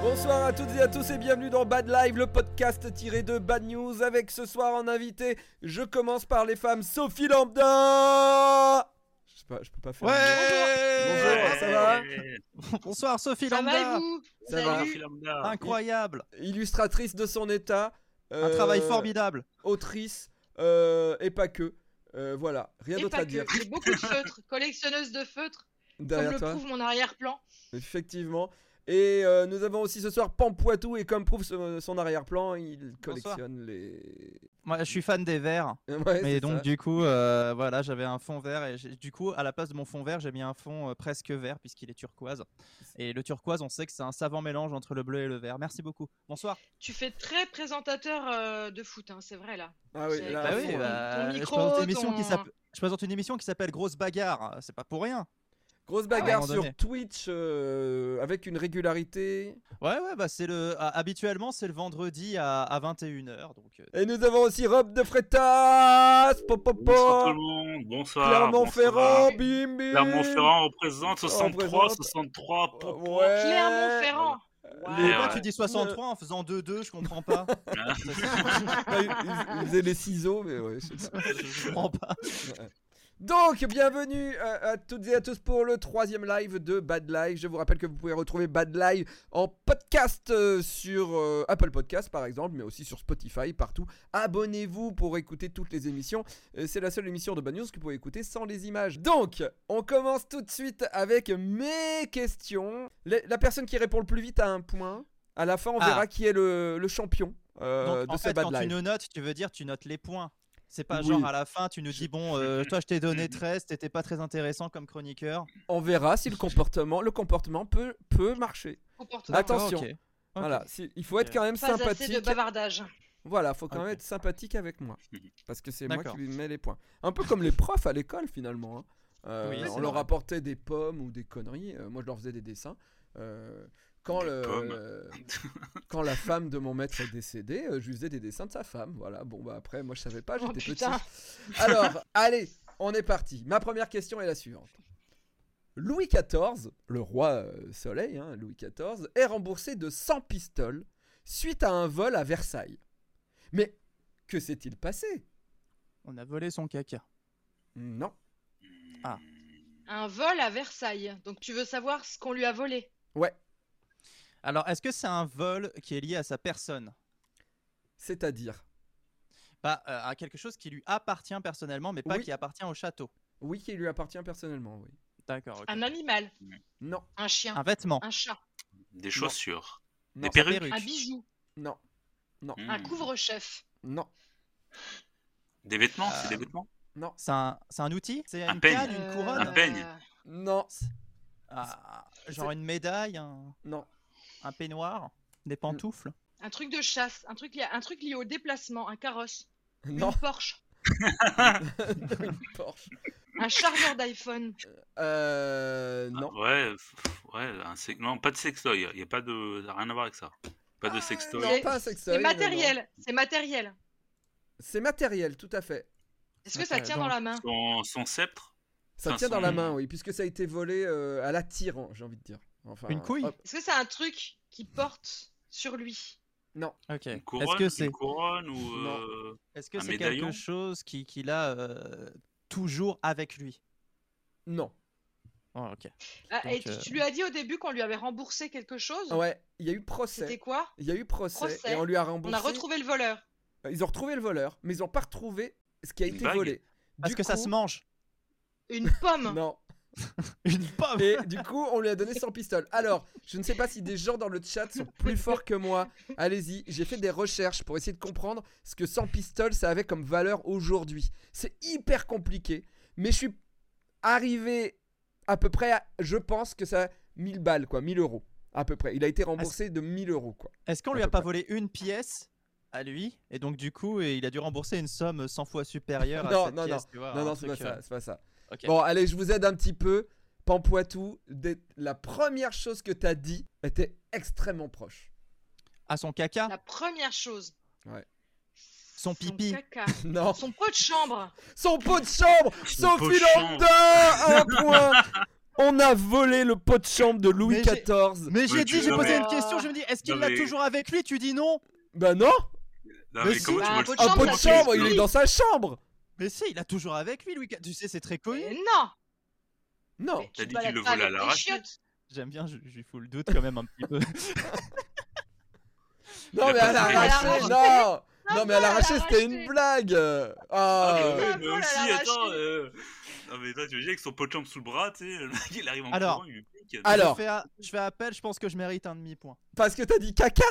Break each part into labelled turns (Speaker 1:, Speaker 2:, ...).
Speaker 1: Bonsoir à toutes et à tous et bienvenue dans Bad Live, le podcast tiré de Bad News avec ce soir en invité, je commence par les femmes Sophie Lambda Je sais pas, je peux pas faire...
Speaker 2: Ouais
Speaker 1: Bonjour, ça va
Speaker 2: Bonsoir Sophie
Speaker 3: Ça va et
Speaker 2: Lambda
Speaker 3: vous
Speaker 1: Ça va.
Speaker 3: Salut.
Speaker 2: Incroyable
Speaker 1: Illustratrice de son état,
Speaker 2: Un
Speaker 1: euh,
Speaker 2: travail formidable
Speaker 1: Autrice, euh, et pas que. Euh, voilà, rien
Speaker 3: Et
Speaker 1: d'autre
Speaker 3: pas
Speaker 1: à
Speaker 3: que,
Speaker 1: dire
Speaker 3: j'ai beaucoup de feutres, collectionneuse de feutres, comme
Speaker 1: derrière
Speaker 3: le
Speaker 1: toi,
Speaker 3: prouve mon arrière-plan.
Speaker 1: effectivement. Et euh, nous avons aussi ce soir Pampoitou, et comme prouve ce- son arrière-plan, il
Speaker 2: Bonsoir.
Speaker 1: collectionne les...
Speaker 2: Moi je suis fan des verts,
Speaker 1: Ouais,
Speaker 2: mais
Speaker 1: c'est
Speaker 2: donc
Speaker 1: ça.
Speaker 2: du coup euh, voilà j'avais un fond vert et j'ai- du coup à la place de mon fond vert j'ai mis un fond euh, presque vert puisqu'il est turquoise et le turquoise on sait que c'est un savant mélange entre le bleu et le vert. Merci beaucoup. Bonsoir.
Speaker 3: Tu fais très présentateur euh, de foot, hein, c'est vrai là.
Speaker 1: Ah oui,
Speaker 3: C'est-
Speaker 1: là,
Speaker 3: Bah
Speaker 1: à
Speaker 3: oui,
Speaker 1: fond,
Speaker 3: bah,
Speaker 1: hein.
Speaker 3: ton
Speaker 2: je,
Speaker 3: micro,
Speaker 2: présente une émission qui
Speaker 3: ton-
Speaker 2: s'appelle- je présente une émission qui s'appelle Grosse Bagarre, c'est pas pour rien.
Speaker 1: Grosse
Speaker 2: Ah, à un
Speaker 1: bagarre
Speaker 2: moment
Speaker 1: sur
Speaker 2: donné.
Speaker 1: Twitch euh, avec une régularité.
Speaker 2: Ouais ouais bah c'est le ah, habituellement c'est le vendredi à, 21h donc euh,
Speaker 1: Et nous avons aussi Rob de Fretas,
Speaker 4: Bonsoir tout
Speaker 1: Popopo,
Speaker 4: le monde, Ah, bonsoir.
Speaker 1: Clermont-Ferrand,
Speaker 4: bonsoir.
Speaker 1: bim bim.
Speaker 4: Clermont-Ferrand représente 63,
Speaker 1: représente. Euh,
Speaker 4: 63. pou- pou-
Speaker 1: Ouais.
Speaker 3: Clermont-Ferrand
Speaker 1: euh,
Speaker 2: Et
Speaker 4: Les-
Speaker 3: Waouh.
Speaker 2: pourquoi
Speaker 4: ouais.
Speaker 2: tu dis 63 en faisant 2-2, je comprends pas.
Speaker 4: Ah.
Speaker 2: Ça, c'est-
Speaker 1: Ouais, ils, ils faisaient les ciseaux, mais ouais. je sais pas.
Speaker 2: je comprends pas.
Speaker 1: Donc, bienvenue euh, à, à toutes et à tous pour le troisième live de Bad Live. Je vous rappelle que vous pouvez retrouver Bad Live en podcast euh, sur euh, Apple Podcast, par exemple, mais aussi sur Spotify, partout. Abonnez-vous pour écouter toutes les émissions. Euh, C'est la seule émission de Bad News que vous pouvez écouter sans les images. Donc, on commence tout de suite avec mes questions. La, la personne qui répond le plus vite a un point. À la fin, on
Speaker 2: Ah.
Speaker 1: verra qui est le, le champion euh,
Speaker 2: Donc,
Speaker 1: de
Speaker 2: en
Speaker 1: ce
Speaker 2: fait,
Speaker 1: Bad
Speaker 2: quand tu
Speaker 1: Live.
Speaker 2: nous notes, tu veux dire tu notes les points. C'est pas
Speaker 1: Oui.
Speaker 2: genre à la fin, tu nous dis bon, euh, toi je t'ai donné 13, t'étais pas très intéressant comme chroniqueur.
Speaker 1: On verra si le comportement, le comportement peut, peut marcher.
Speaker 3: Comportement.
Speaker 1: Attends, Attention.
Speaker 2: D'accord, ok. Ok.
Speaker 1: Voilà, si- il faut être
Speaker 2: Ok.
Speaker 1: quand même
Speaker 3: Pas assez de
Speaker 1: sympathique.
Speaker 3: bavardage.
Speaker 1: Voilà, faut quand même
Speaker 2: Ok.
Speaker 1: être sympathique avec moi. Parce que c'est moi qui
Speaker 2: D'accord.
Speaker 1: lui mets les points. Un peu comme les profs à l'école finalement. hein. Euh,
Speaker 2: Oui,
Speaker 1: on
Speaker 2: c'est
Speaker 1: leur
Speaker 2: vrai.
Speaker 1: apportait des pommes ou des conneries. euh, moi, je leur faisais des dessins. Euh, quand,
Speaker 4: Des
Speaker 1: le- quand la femme de mon maître est décédée, euh, je lui faisais des dessins de sa femme. Voilà, bon, bah après, moi, je savais pas,
Speaker 3: Oh,
Speaker 1: j'étais petit.
Speaker 3: putain.
Speaker 1: Alors, allez, on est parti. Ma première question est la suivante. Louis XIV, le roi euh, soleil, hein, Louis XIV, est remboursé de 100 pistoles suite à un vol à Versailles. Mais que s'est-il passé
Speaker 2: On a volé son caca.
Speaker 1: Non. Ah.
Speaker 3: Un vol à Versailles. Donc tu veux savoir ce qu'on lui a volé
Speaker 1: Ouais,
Speaker 2: Alors, est-ce que c'est un vol qui est lié à sa personne
Speaker 1: c'est-à-dire.
Speaker 2: Pas euh, à quelque chose qui lui appartient personnellement, mais pas
Speaker 1: Oui.
Speaker 2: qui appartient au château.
Speaker 1: Oui, qui lui appartient personnellement, oui.
Speaker 2: D'accord. ok.
Speaker 3: Un animal,
Speaker 1: Non.
Speaker 3: un chien,
Speaker 2: Un vêtement,
Speaker 3: Ah, un chat,
Speaker 4: Des chaussures.
Speaker 1: Non.
Speaker 4: Des
Speaker 2: sa
Speaker 4: perruques.
Speaker 3: un
Speaker 2: perruque,
Speaker 3: bijou,
Speaker 1: Non.
Speaker 4: Hmm.
Speaker 3: un couvre-chef,
Speaker 1: Non.
Speaker 4: Des vêtements, c'est des
Speaker 2: Euh,
Speaker 4: vêtements.
Speaker 2: C'est un, c'est un outil C'est
Speaker 4: Un
Speaker 2: une
Speaker 4: peigne.
Speaker 2: canne, une
Speaker 3: euh,
Speaker 2: couronne
Speaker 4: Un peigne.
Speaker 1: Non.
Speaker 2: Ah, Genre une médaille, un,
Speaker 1: Non.
Speaker 2: un peignoir, des pantoufles
Speaker 3: un truc de chasse, un truc, lié, un truc lié au déplacement, un carrosse,
Speaker 1: Non.
Speaker 3: une Porsche,
Speaker 1: Une Porsche.
Speaker 3: un chargeur d'iPhone,
Speaker 1: Euh.
Speaker 4: Ah,
Speaker 1: Non.
Speaker 4: Ouais, pff, ouais un sex- non, pas de sextoy. Il n'y a pas de. ça a rien à voir avec ça. Pas de sextoy.
Speaker 1: Non, pas un sextoy,
Speaker 3: c'est
Speaker 1: non, non.
Speaker 3: matériel, c'est matériel.
Speaker 1: C'est matériel, tout à fait.
Speaker 3: Est-ce que ça
Speaker 2: Matériel,
Speaker 3: tient dans
Speaker 2: donc,
Speaker 3: la main
Speaker 4: Son, son sceptre.
Speaker 1: Ça
Speaker 4: Enfin,
Speaker 1: tient dans
Speaker 4: son-
Speaker 1: la main, oui, puisque ça a été volé euh, à la tire, hein, j'ai envie de dire. Enfin,
Speaker 2: Une couille
Speaker 1: hop.
Speaker 3: Est-ce que c'est un truc qui porte sur lui
Speaker 2: Ok.
Speaker 1: Eh,
Speaker 4: Une
Speaker 2: Est-ce
Speaker 4: couronne,
Speaker 2: que c'est
Speaker 4: une couronne ou.
Speaker 1: Non.
Speaker 4: euh,
Speaker 2: est-ce que
Speaker 4: un
Speaker 2: c'est
Speaker 4: médaillon
Speaker 2: quelque chose qui qu'il a euh, toujours avec lui
Speaker 1: Non.
Speaker 2: Oh, Ok.
Speaker 3: Ah,
Speaker 2: Donc,
Speaker 3: Et tu-
Speaker 2: euh,
Speaker 3: tu lui as dit au début qu'on lui avait remboursé quelque chose
Speaker 1: Ouais, il y a eu procès.
Speaker 3: C'était quoi
Speaker 1: Il y a eu procès,
Speaker 3: Procès.
Speaker 1: et on lui a
Speaker 3: On
Speaker 1: remboursé. Euh,
Speaker 3: a retrouvé le voleur.
Speaker 1: Ils ont retrouvé le voleur, mais ils ont pas retrouvé ce qui a
Speaker 4: Une
Speaker 1: été
Speaker 4: bague
Speaker 1: volé.
Speaker 2: Parce
Speaker 1: Du
Speaker 2: que ça
Speaker 1: coup-
Speaker 2: se mange.
Speaker 3: Une pomme,
Speaker 1: Non.
Speaker 2: Une pomme
Speaker 1: Et du coup, on lui a donné 100 pistoles. Alors, je ne sais pas si des gens dans le chat sont plus forts que moi. Allez-y, j'ai fait des recherches pour essayer de comprendre ce que 100 pistoles ça avait comme valeur aujourd'hui. C'est hyper compliqué, mais je suis arrivé à peu près à, je pense que ça 1000 balles quoi, 1000 euros à peu près. Il a été
Speaker 2: Ah,
Speaker 1: remboursé de 1000 euros quoi.
Speaker 2: Est-ce qu'on
Speaker 1: à
Speaker 2: lui a
Speaker 1: peu
Speaker 2: pas
Speaker 1: près.
Speaker 2: volé une pièce à lui Et donc, du coup, et il a dû rembourser une somme 100 fois supérieure
Speaker 1: Non,
Speaker 2: à cette
Speaker 1: non,
Speaker 2: pièce, tu vois,
Speaker 1: non
Speaker 2: un
Speaker 1: non, c'est pas
Speaker 2: truc,
Speaker 1: ça,
Speaker 2: euh,
Speaker 1: c'est pas ça.
Speaker 2: ok.
Speaker 1: Bon, allez, je vous aide un petit peu. Pampoitou, dès- la première chose que t'as dit était extrêmement proche.
Speaker 2: À son caca,
Speaker 3: La première chose.
Speaker 2: son pipi.
Speaker 3: Son caca.
Speaker 1: Non.
Speaker 3: Son pot de chambre.
Speaker 1: Son pot de chambre
Speaker 4: Son pot de
Speaker 1: Sophie Lambda Un point On a volé le pot de chambre de Louis
Speaker 2: Mais j'ai-
Speaker 1: XIV
Speaker 2: Mais
Speaker 4: Mais
Speaker 2: j'ai
Speaker 4: tu-
Speaker 2: dit, j'ai
Speaker 4: non,
Speaker 2: posé
Speaker 3: mais-
Speaker 2: une question, je me dis, est-ce qu'il
Speaker 4: Non,
Speaker 2: l'a
Speaker 4: mais-
Speaker 2: toujours avec lui Tu dis non
Speaker 1: Bah non
Speaker 2: Mais
Speaker 4: Non, mais
Speaker 2: si.
Speaker 4: comment
Speaker 3: Bah,
Speaker 4: tu me le-
Speaker 3: pot de
Speaker 1: Un
Speaker 4: comment
Speaker 1: pot
Speaker 4: tu
Speaker 1: de
Speaker 4: me
Speaker 3: la
Speaker 1: chambre,
Speaker 4: le-
Speaker 1: il est dans sa chambre
Speaker 2: Mais si, il a toujours avec lui, Louis. XIV. Tu sais, c'est très connu.
Speaker 3: Mais non. Bah,
Speaker 1: Non
Speaker 3: mais
Speaker 4: dit
Speaker 3: tu te
Speaker 4: qu'il
Speaker 3: balades
Speaker 4: le
Speaker 3: pas
Speaker 4: volait à
Speaker 3: avec des
Speaker 4: l'arraché.
Speaker 3: chiottes.
Speaker 2: J'aime bien, je, je lui fous le doute quand même un petit peu.
Speaker 1: Non
Speaker 4: a
Speaker 1: mais
Speaker 4: pas
Speaker 1: à
Speaker 4: volé
Speaker 3: à
Speaker 1: l'arraché
Speaker 3: l'arraché.
Speaker 1: Non Non mais à
Speaker 3: non,
Speaker 1: l'arraché
Speaker 3: à
Speaker 1: c'était une
Speaker 3: l'arraché.
Speaker 1: blague
Speaker 4: Ah, mais
Speaker 1: Ah
Speaker 4: oui,
Speaker 3: Euh,
Speaker 4: mais
Speaker 3: voilà,
Speaker 4: aussi,
Speaker 3: la
Speaker 4: attends.
Speaker 3: vache.
Speaker 4: euh, Non, mais toi, tu veux dire, avec son pot de chambre sous le bras, tu sais, le mec, il arrive en
Speaker 2: Alors.
Speaker 4: courant, il lui pique.
Speaker 1: Alors,
Speaker 2: je fais, a- je fais appel, je pense que je mérite un demi-point.
Speaker 1: parce que t'as dit caca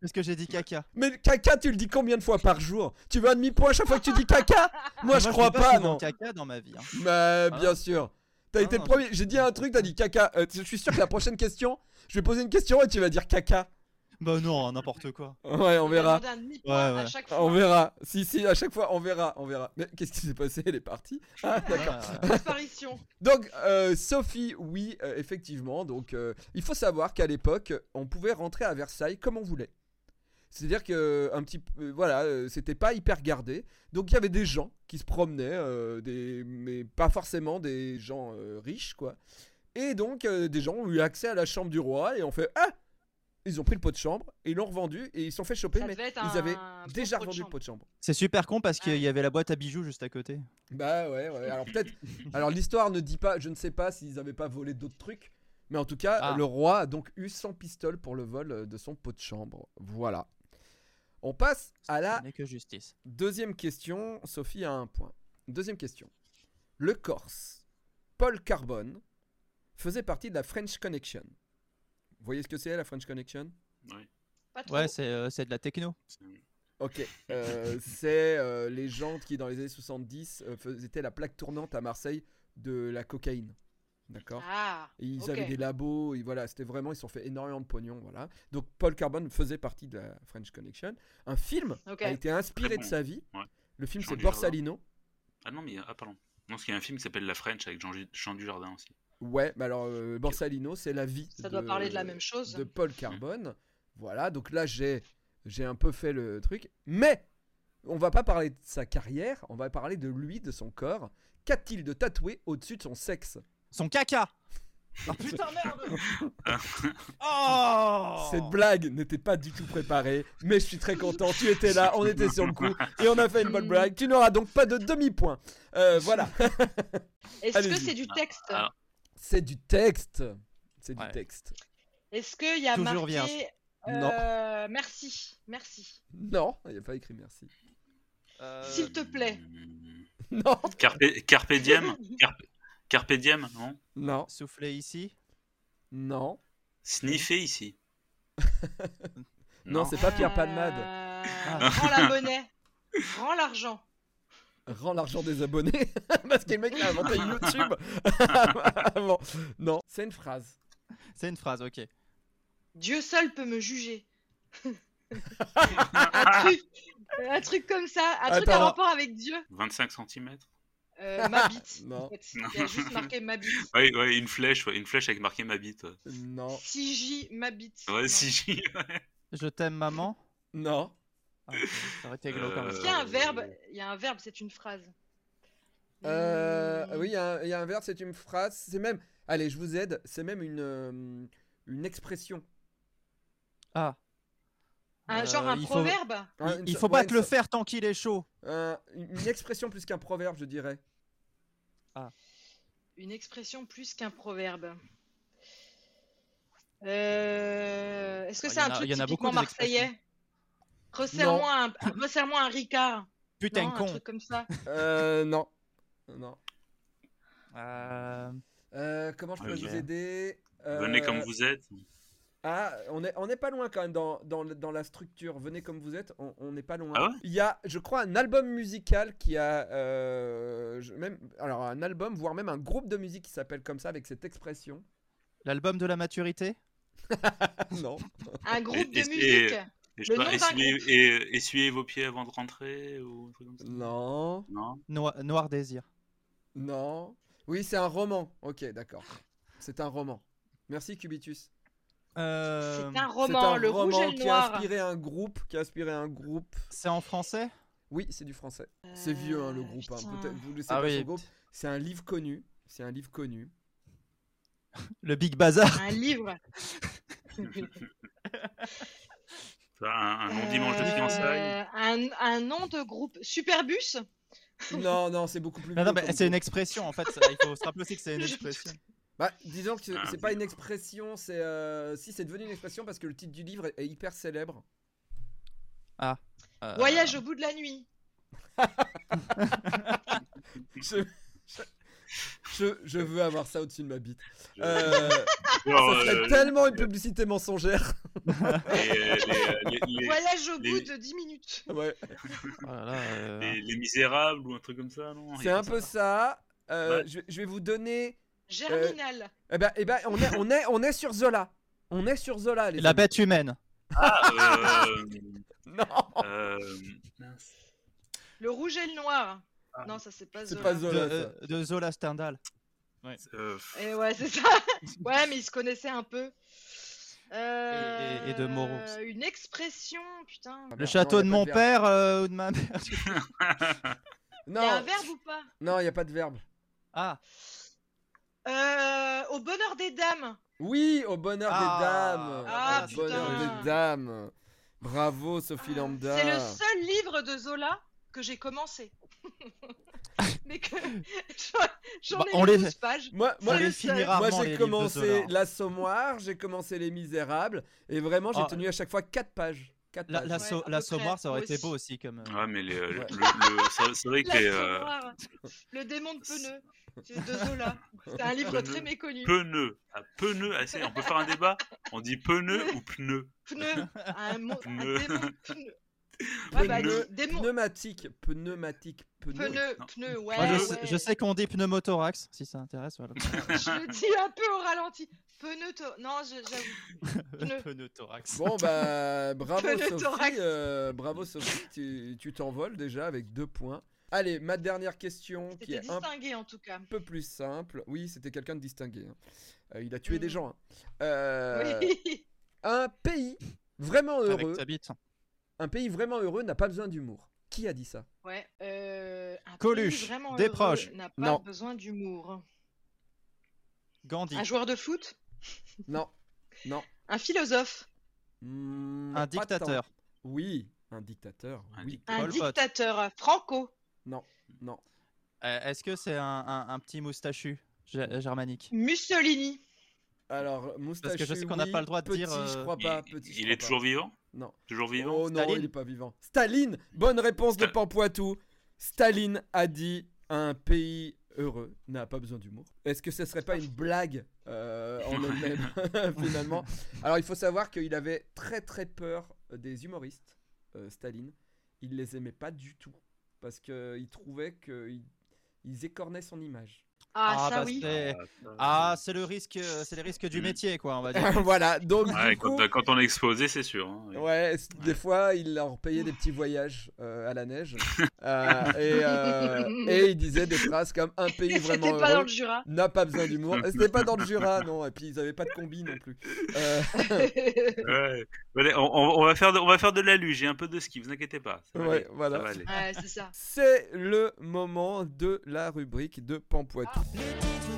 Speaker 2: Parce que j'ai dit caca.
Speaker 1: Mais le caca tu le dis combien de fois par jour Tu veux un demi-point à chaque fois que tu dis caca Moi je
Speaker 2: dis
Speaker 1: crois pas
Speaker 2: souvent
Speaker 1: non
Speaker 2: caca dans ma vie. hein.
Speaker 1: Bah bien
Speaker 2: Hein
Speaker 1: sûr T'as
Speaker 2: Ah,
Speaker 1: été le
Speaker 2: non,
Speaker 1: premier J'ai dit un truc, t'as dit caca Euh, Je suis sûr que la prochaine question Je vais poser une question et tu vas dire caca
Speaker 2: Bah non, n'importe quoi.
Speaker 1: Ouais on
Speaker 3: Il a
Speaker 1: verra
Speaker 3: demandé un demi-point
Speaker 2: Ouais,
Speaker 3: à
Speaker 2: ouais.
Speaker 3: chaque
Speaker 1: On
Speaker 3: fois.
Speaker 1: verra. Si, si, à chaque fois, on verra, on verra. Mais qu'est-ce qui s'est passé Elle est partie. Ah, d'accord.
Speaker 2: Ah,
Speaker 3: Disparition.
Speaker 1: Donc, euh, Sophie, oui, euh, effectivement. Donc, euh, il faut savoir qu'à l'époque, on pouvait rentrer à Versailles comme on voulait. C'est-à-dire que euh, un petit, peu- euh, voilà, euh, c'était pas hyper gardé. Donc, il y avait des gens qui se promenaient, euh, des, mais pas forcément des gens euh, riches, quoi. Et donc, euh, des gens ont eu accès à la chambre du roi et on fait ah, ils ont pris le pot de chambre et ils l'ont revendu et ils se sont fait choper,
Speaker 3: Ça
Speaker 1: mais
Speaker 3: devait être
Speaker 1: ils
Speaker 3: un
Speaker 1: avaient
Speaker 3: pauvre
Speaker 1: déjà
Speaker 3: pot de
Speaker 1: revendu le
Speaker 3: chambre.
Speaker 1: pot de chambre.
Speaker 2: C'est super con parce qu'il
Speaker 3: Ouais.
Speaker 2: y avait la boîte à bijoux juste à côté.
Speaker 1: Bah ouais, ouais. Alors peut-être. Alors l'histoire ne dit pas. Je ne sais pas s'ils avaient pas volé d'autres trucs. Mais en tout cas,
Speaker 2: Ah.
Speaker 1: le roi a donc eu 100 pistoles pour le vol euh, de son pot de chambre. Voilà. On passe à la
Speaker 2: Ce n'est que justice.
Speaker 1: deuxième question. Sophie a un point. Deuxième question. Le Corse, Paul Carbone, faisait partie de la French Connection. Vous voyez ce que c'est la French Connection
Speaker 3: Pas trop.
Speaker 2: Ouais, c'est euh, c'est de la techno.
Speaker 1: Ok, euh, c'est euh, les gens qui dans les années 70 euh, faisaient étaient la plaque tournante à Marseille de la cocaïne. D'accord
Speaker 3: Ah.
Speaker 1: Et ils
Speaker 3: ok.
Speaker 1: avaient des labos, et voilà, c'était vraiment, ils se sont fait énormément de pognon, voilà. Donc Paul Carbone faisait partie de la French Connection. Un film
Speaker 3: Ok.
Speaker 1: a été inspiré
Speaker 4: Très
Speaker 1: de
Speaker 4: bon.
Speaker 1: sa vie.
Speaker 4: Ouais. hein.
Speaker 1: Le film
Speaker 4: Jean
Speaker 1: c'est
Speaker 4: Dujardin.
Speaker 1: Borsalino.
Speaker 4: Ah non, mais il y a- ah, pardon. Non, parce qu'il y a un film qui s'appelle La French avec Jean, Jean Dujardin aussi.
Speaker 1: Ouais, mais alors euh, Borsalino, c'est la vie.
Speaker 3: Ça doit parler de la même chose.
Speaker 1: De
Speaker 2: Hmm.
Speaker 1: Paul Carbone. Voilà, donc là j'ai j'ai un peu fait le truc, mais on va pas parler de sa carrière, on va parler de lui, de son corps. Qu'a-t-il de tatoué au-dessus de son sexe
Speaker 2: Son caca
Speaker 1: Ah
Speaker 2: Oh putain, merde Oh
Speaker 1: Cette blague n'était pas du tout préparée, mais je suis très content. Tu étais là, on était sur le coup et on a fait une
Speaker 2: Hmm.
Speaker 1: bonne blague. Tu n'auras donc pas de demi-point. Euh, voilà,
Speaker 3: Est-ce que
Speaker 1: Allez-y.
Speaker 3: c'est du texte
Speaker 4: Ah.
Speaker 1: c'est du texte. C'est du
Speaker 2: Ouais.
Speaker 1: texte.
Speaker 3: Est-ce qu'il y a
Speaker 2: Toujours
Speaker 3: marqué
Speaker 2: vierge.
Speaker 1: Non.
Speaker 3: euh, Merci. Merci.
Speaker 1: Non, il n'y a pas écrit merci.
Speaker 2: Euh,
Speaker 3: S'il te plaît.
Speaker 4: Hmm.
Speaker 1: Non,
Speaker 4: Carpe, Carpe Diem Carpe, Carpe Diem, non
Speaker 1: non,
Speaker 2: Souffler ici
Speaker 1: non,
Speaker 4: Sniffer ici.
Speaker 1: non, c'est pas Pierre Palmade.
Speaker 3: Euh,
Speaker 2: Ah.
Speaker 3: Rends la monnaie. Rends l'argent.
Speaker 1: Rends l'argent des abonnés parce que le mec a inventé YouTube avant. Non, c'est une phrase.
Speaker 2: C'est une phrase, ok.
Speaker 3: Dieu seul peut me juger. un, truc, un truc comme ça, un truc
Speaker 1: Attends.
Speaker 3: en rapport avec Dieu.
Speaker 4: 25 cm
Speaker 3: Euh, ma bite.
Speaker 1: Non.
Speaker 3: en fait. Il y a juste marqué ma bite.
Speaker 4: Ouais, ouais, une flèche, ouais, une flèche avec marqué ma bite. ouais.
Speaker 1: Non,
Speaker 3: Si j'y ma bite.
Speaker 4: Ouais,
Speaker 3: Non.
Speaker 4: si j'y.
Speaker 2: Je t'aime, maman
Speaker 1: non.
Speaker 2: Ah, ok, Ça aurait été glauque hein. quand même.
Speaker 3: Est-ce qu'il y a un
Speaker 4: Euh,
Speaker 3: verbe Il y a un verbe, c'est une phrase.
Speaker 1: Euh,
Speaker 3: Hmm.
Speaker 1: oui, il y, a un- il y a un verbe, c'est une phrase. C'est même. Allez, je vous aide. C'est même une, euh, une expression.
Speaker 2: Ah.
Speaker 3: Un,
Speaker 2: Euh,
Speaker 3: genre un
Speaker 2: il faut-
Speaker 3: proverbe
Speaker 1: Hein,
Speaker 2: Il-
Speaker 1: une
Speaker 2: Il
Speaker 1: so-
Speaker 2: faut pas
Speaker 1: ouais,
Speaker 2: te
Speaker 1: une
Speaker 2: le
Speaker 1: so-
Speaker 2: faire tant qu'il est chaud.
Speaker 1: un- une expression plus qu'un proverbe, je dirais.
Speaker 3: Une expression plus qu'un proverbe. Euh, Est-ce que
Speaker 2: Ah,
Speaker 3: c'est
Speaker 2: il y
Speaker 3: un
Speaker 2: en a-
Speaker 3: truc
Speaker 2: il y en a
Speaker 3: typiquement
Speaker 2: beaucoup des expressions.
Speaker 3: marseillais Resserre-moi un, euh, resserre-moi un ricard.
Speaker 2: Putain,
Speaker 3: Non,
Speaker 2: con.
Speaker 3: Un truc comme ça.
Speaker 1: Euh, non. Non.
Speaker 2: Euh,
Speaker 1: Euh, comment je peux
Speaker 4: Ah, Ok.
Speaker 1: vous aider
Speaker 4: Venez
Speaker 1: Euh,
Speaker 4: comme vous êtes.
Speaker 1: Ah, on est, on est pas loin quand même dans, dans, le- dans la structure. Venez comme vous êtes, on on n'est pas loin.
Speaker 4: Ah ouais
Speaker 1: Il y a, je crois, un album musical qui a. euh, je- même, alors, un album, voire même un groupe de musique qui s'appelle comme ça avec cette expression.
Speaker 2: L'album de la maturité
Speaker 1: non.
Speaker 3: Un groupe de
Speaker 4: et-
Speaker 3: musique.
Speaker 4: Et je sais
Speaker 3: Le
Speaker 4: pas,
Speaker 3: nom d'un
Speaker 4: essuyez, et- essuyez vos pieds avant de rentrer ou un truc comme ça.
Speaker 1: Non.
Speaker 4: Non.
Speaker 2: Noi- Noir Désir.
Speaker 1: Non. Oui, c'est un roman. Ok, d'accord. C'est un roman. Merci, Cubitus.
Speaker 2: Euh,
Speaker 3: C'est un
Speaker 1: C'est
Speaker 3: roman,
Speaker 1: un
Speaker 3: le
Speaker 1: roman
Speaker 3: rouge et le
Speaker 1: qui a
Speaker 3: noir.
Speaker 1: inspiré un groupe. Qui a inspiré un groupe.
Speaker 2: C'est en français
Speaker 1: Oui, c'est du français. C'est vieux, hein, le
Speaker 3: Euh,
Speaker 1: groupe. hein.
Speaker 3: putain.
Speaker 1: Peut-être vous le
Speaker 4: Ah
Speaker 1: savez pas son groupe. C'est un livre connu. C'est un livre connu.
Speaker 2: Le Big Bazar.
Speaker 3: Un livre.
Speaker 4: Ça, Un, un long dimanche de
Speaker 3: Euh,
Speaker 4: fiançailles.
Speaker 3: Un, un nom de groupe. Superbus
Speaker 1: Non, non, c'est beaucoup plus.
Speaker 2: Non, non,
Speaker 1: vieux
Speaker 2: mais
Speaker 1: comme
Speaker 2: c'est une
Speaker 1: groupe.
Speaker 2: expression en fait. ça- il faut se rappeler aussi que c'est une expression.
Speaker 1: Bah, disons que c'est-
Speaker 4: Ah,
Speaker 1: c'est pas une expression. C'est euh, si c'est devenu une expression parce que le titre du livre est- est hyper célèbre.
Speaker 2: Euh,
Speaker 3: Voyage au bout de la nuit.
Speaker 1: Je, je- je- je veux avoir ça au-dessus de ma bite.
Speaker 4: Je-
Speaker 1: Euh,
Speaker 4: genre,
Speaker 1: ça serait
Speaker 4: euh,
Speaker 1: tellement une publicité mensongère.
Speaker 4: les- les- les- les-
Speaker 3: Voyage au
Speaker 4: les-
Speaker 3: bout de 10 minutes.
Speaker 1: Ouais.
Speaker 2: oh là là, euh,
Speaker 4: les- les Misérables ou un truc comme ça, non
Speaker 1: C'est un peu ça. Euh,
Speaker 4: Ouais.
Speaker 1: je, vais- je vais vous donner.
Speaker 3: Germinal.
Speaker 1: Eh ben, eh ben, on est, on est, on est sur Zola. On est sur Zola, les
Speaker 2: La
Speaker 1: amis.
Speaker 2: bête humaine.
Speaker 4: Ah, euh,
Speaker 1: Non,
Speaker 4: euh, mince.
Speaker 3: Le rouge et le noir. Non, ça c'est pas
Speaker 1: Ah. c'est
Speaker 3: Zola.
Speaker 1: pas
Speaker 2: De,
Speaker 1: Zola. ça.
Speaker 2: euh, de Zola Stendhal.
Speaker 1: Ah,
Speaker 4: Euh, pff,
Speaker 3: Et ouais, c'est ça. ouais, mais ils se connaissaient un peu. Euh,
Speaker 2: et- et de Moreau.
Speaker 3: Une expression, putain.
Speaker 1: merde, non,
Speaker 2: Le château
Speaker 1: y a
Speaker 2: de
Speaker 1: pas
Speaker 2: mon
Speaker 1: verbe.
Speaker 2: père euh, ou de ma mère.
Speaker 3: Il y a un
Speaker 1: Non,
Speaker 3: verbe ou pas
Speaker 1: non, il y a pas de verbe.
Speaker 2: Ah,
Speaker 3: Euh, Au bonheur des dames.
Speaker 1: Oui, au bonheur
Speaker 2: Ah.
Speaker 1: des dames.
Speaker 3: Ah,
Speaker 1: au bonheur
Speaker 3: putain. Ah.
Speaker 1: des dames. Bravo, Sophie Lambda.
Speaker 3: C'est le seul livre de Zola que j'ai commencé. mais que j'en
Speaker 2: Bah,
Speaker 3: ai
Speaker 2: on
Speaker 3: lu
Speaker 2: les-
Speaker 3: 12 pages.
Speaker 1: Moi,
Speaker 2: on
Speaker 1: moi,
Speaker 3: C'est
Speaker 2: les
Speaker 3: le
Speaker 2: finit
Speaker 3: seul.
Speaker 1: moi,
Speaker 2: rarement. les
Speaker 1: j'ai
Speaker 2: livres de Zola.
Speaker 1: commencé L'Assommoir, j'ai commencé Les Misérables, et vraiment, j'ai
Speaker 2: Ah.
Speaker 1: tenu à chaque fois 4 pages. Quatre
Speaker 2: La,
Speaker 1: pages.
Speaker 2: la,
Speaker 3: Ouais,
Speaker 2: sau-
Speaker 3: à
Speaker 2: la
Speaker 3: peu près,
Speaker 2: Saumoire, ça aurait
Speaker 3: moi
Speaker 2: été
Speaker 3: aussi.
Speaker 2: beau aussi. comme. euh,
Speaker 4: Ouais, mais les- le,
Speaker 1: Ouais.
Speaker 4: le- le- c'est- c'est vrai que
Speaker 3: La
Speaker 4: les euh,
Speaker 3: Sonora, le démon de Peneux, c'est de Zola. C'est un livre
Speaker 4: Peneux.
Speaker 3: très méconnu.
Speaker 4: pneus, ah, pneus, ah, c'est- on peut faire un débat. On dit pneus ou pneus
Speaker 3: Pneu, un, mo- un
Speaker 4: Pneu.
Speaker 3: démon de Peneux. Ouais, bah,
Speaker 4: Pneu.
Speaker 3: dis- démon.
Speaker 1: Pneumatique, pneumatique, pneu.
Speaker 3: Pneu,
Speaker 4: Non.
Speaker 3: pneu, ouais.
Speaker 2: Moi, je,
Speaker 3: ouais.
Speaker 2: sais- je sais qu'on dit pneumothorax, si ça intéresse. Voilà.
Speaker 3: Je le dis un peu au ralenti. Pneu, to- non, je- j'avoue. Pneu.
Speaker 2: pneumothorax.
Speaker 1: Bon, bah, bravo
Speaker 3: Le
Speaker 1: Sophie.
Speaker 3: thorax.
Speaker 1: euh, bravo Sophie, tu tu t'envoles déjà avec deux points. Allez, ma dernière question qui
Speaker 3: C'était
Speaker 1: est un
Speaker 3: distingué en tout cas.
Speaker 1: peu plus simple. Oui, c'était quelqu'un de distingué. hein. Euh, il a tué des
Speaker 3: Mhm.
Speaker 1: gens. hein. Euh,
Speaker 3: Oui.
Speaker 1: Un pays vraiment
Speaker 2: Avec
Speaker 1: heureux,
Speaker 2: ta bite.
Speaker 1: un pays vraiment heureux n'a pas besoin d'humour. Qui a dit ça
Speaker 3: Ouais. euh, un
Speaker 2: Coluche,
Speaker 3: pays vraiment
Speaker 2: des
Speaker 3: heureux
Speaker 2: proches.
Speaker 3: N'a pas
Speaker 1: Non.
Speaker 3: besoin d'humour.
Speaker 2: Gandhi.
Speaker 3: Un joueur de foot
Speaker 1: Non, non.
Speaker 3: Un philosophe
Speaker 1: Hmm, pas
Speaker 2: Un
Speaker 1: tant.
Speaker 2: dictateur.
Speaker 1: Oui, un dictateur.
Speaker 4: Un
Speaker 1: oui.
Speaker 4: dictateur.
Speaker 3: Un
Speaker 2: Pol Pot.
Speaker 3: dictateur Franco
Speaker 1: Non,
Speaker 2: Euh, Est-ce que c'est un, un- un petit moustachu ge- germanique
Speaker 3: Mussolini
Speaker 1: alors moustache.
Speaker 2: je sais qu'on n'a pas le droit de
Speaker 1: petit,
Speaker 2: dire,
Speaker 1: Je
Speaker 2: euh,
Speaker 1: crois
Speaker 4: Il,
Speaker 1: pas. Ah bah, Petit, je
Speaker 4: il
Speaker 1: crois
Speaker 4: est
Speaker 1: pas.
Speaker 4: toujours vivant
Speaker 1: Non.
Speaker 4: Toujours vivant Euh.
Speaker 1: Oh non,
Speaker 2: Staline
Speaker 1: il est pas vivant. Staline. Bonne réponse de
Speaker 4: Sta-
Speaker 1: Pampoitou. Staline a dit un pays heureux n'a pas besoin d'humour. Est-ce que ce serait pas une blague euh, en elle-même finalement Alors il faut savoir qu'il avait très très peur des humoristes. euh, Staline, il les aimait pas du tout parce que il trouvait qu'ils ils écornaient son image.
Speaker 3: Ah, ça
Speaker 2: bah,
Speaker 3: oui
Speaker 2: c'est-
Speaker 4: ça,
Speaker 2: Ah, c'est le risque, euh, c'est les risques du
Speaker 4: Mm.
Speaker 2: métier, quoi, on va dire.
Speaker 1: voilà, donc
Speaker 4: ouais. Ouais,
Speaker 1: du coup,
Speaker 4: quand, quand on est exposé, c'est sûr. hein, oui.
Speaker 1: Ouais, c- des fois, il leur payait des petits voyages euh, à la neige. Euh, et, euh, et il disait des phrases comme un pays
Speaker 3: C'était
Speaker 1: vraiment
Speaker 3: pas dans
Speaker 1: heureux
Speaker 3: le Jura
Speaker 1: n'a pas besoin d'humour. Euh, C'était pas dans le Jura, non. Et puis, ils avaient pas de combi non plus. Euh,
Speaker 3: Ouais,
Speaker 4: Ouais. Allez, on, on- on va faire de, on va faire de la luge, j'ai un peu de ski, vous inquiétez pas. ça va
Speaker 1: ouais,
Speaker 4: aller, ça
Speaker 1: voilà.
Speaker 4: va aller.
Speaker 3: c'est ça.
Speaker 1: C'est le moment de la rubrique de Pampoitou.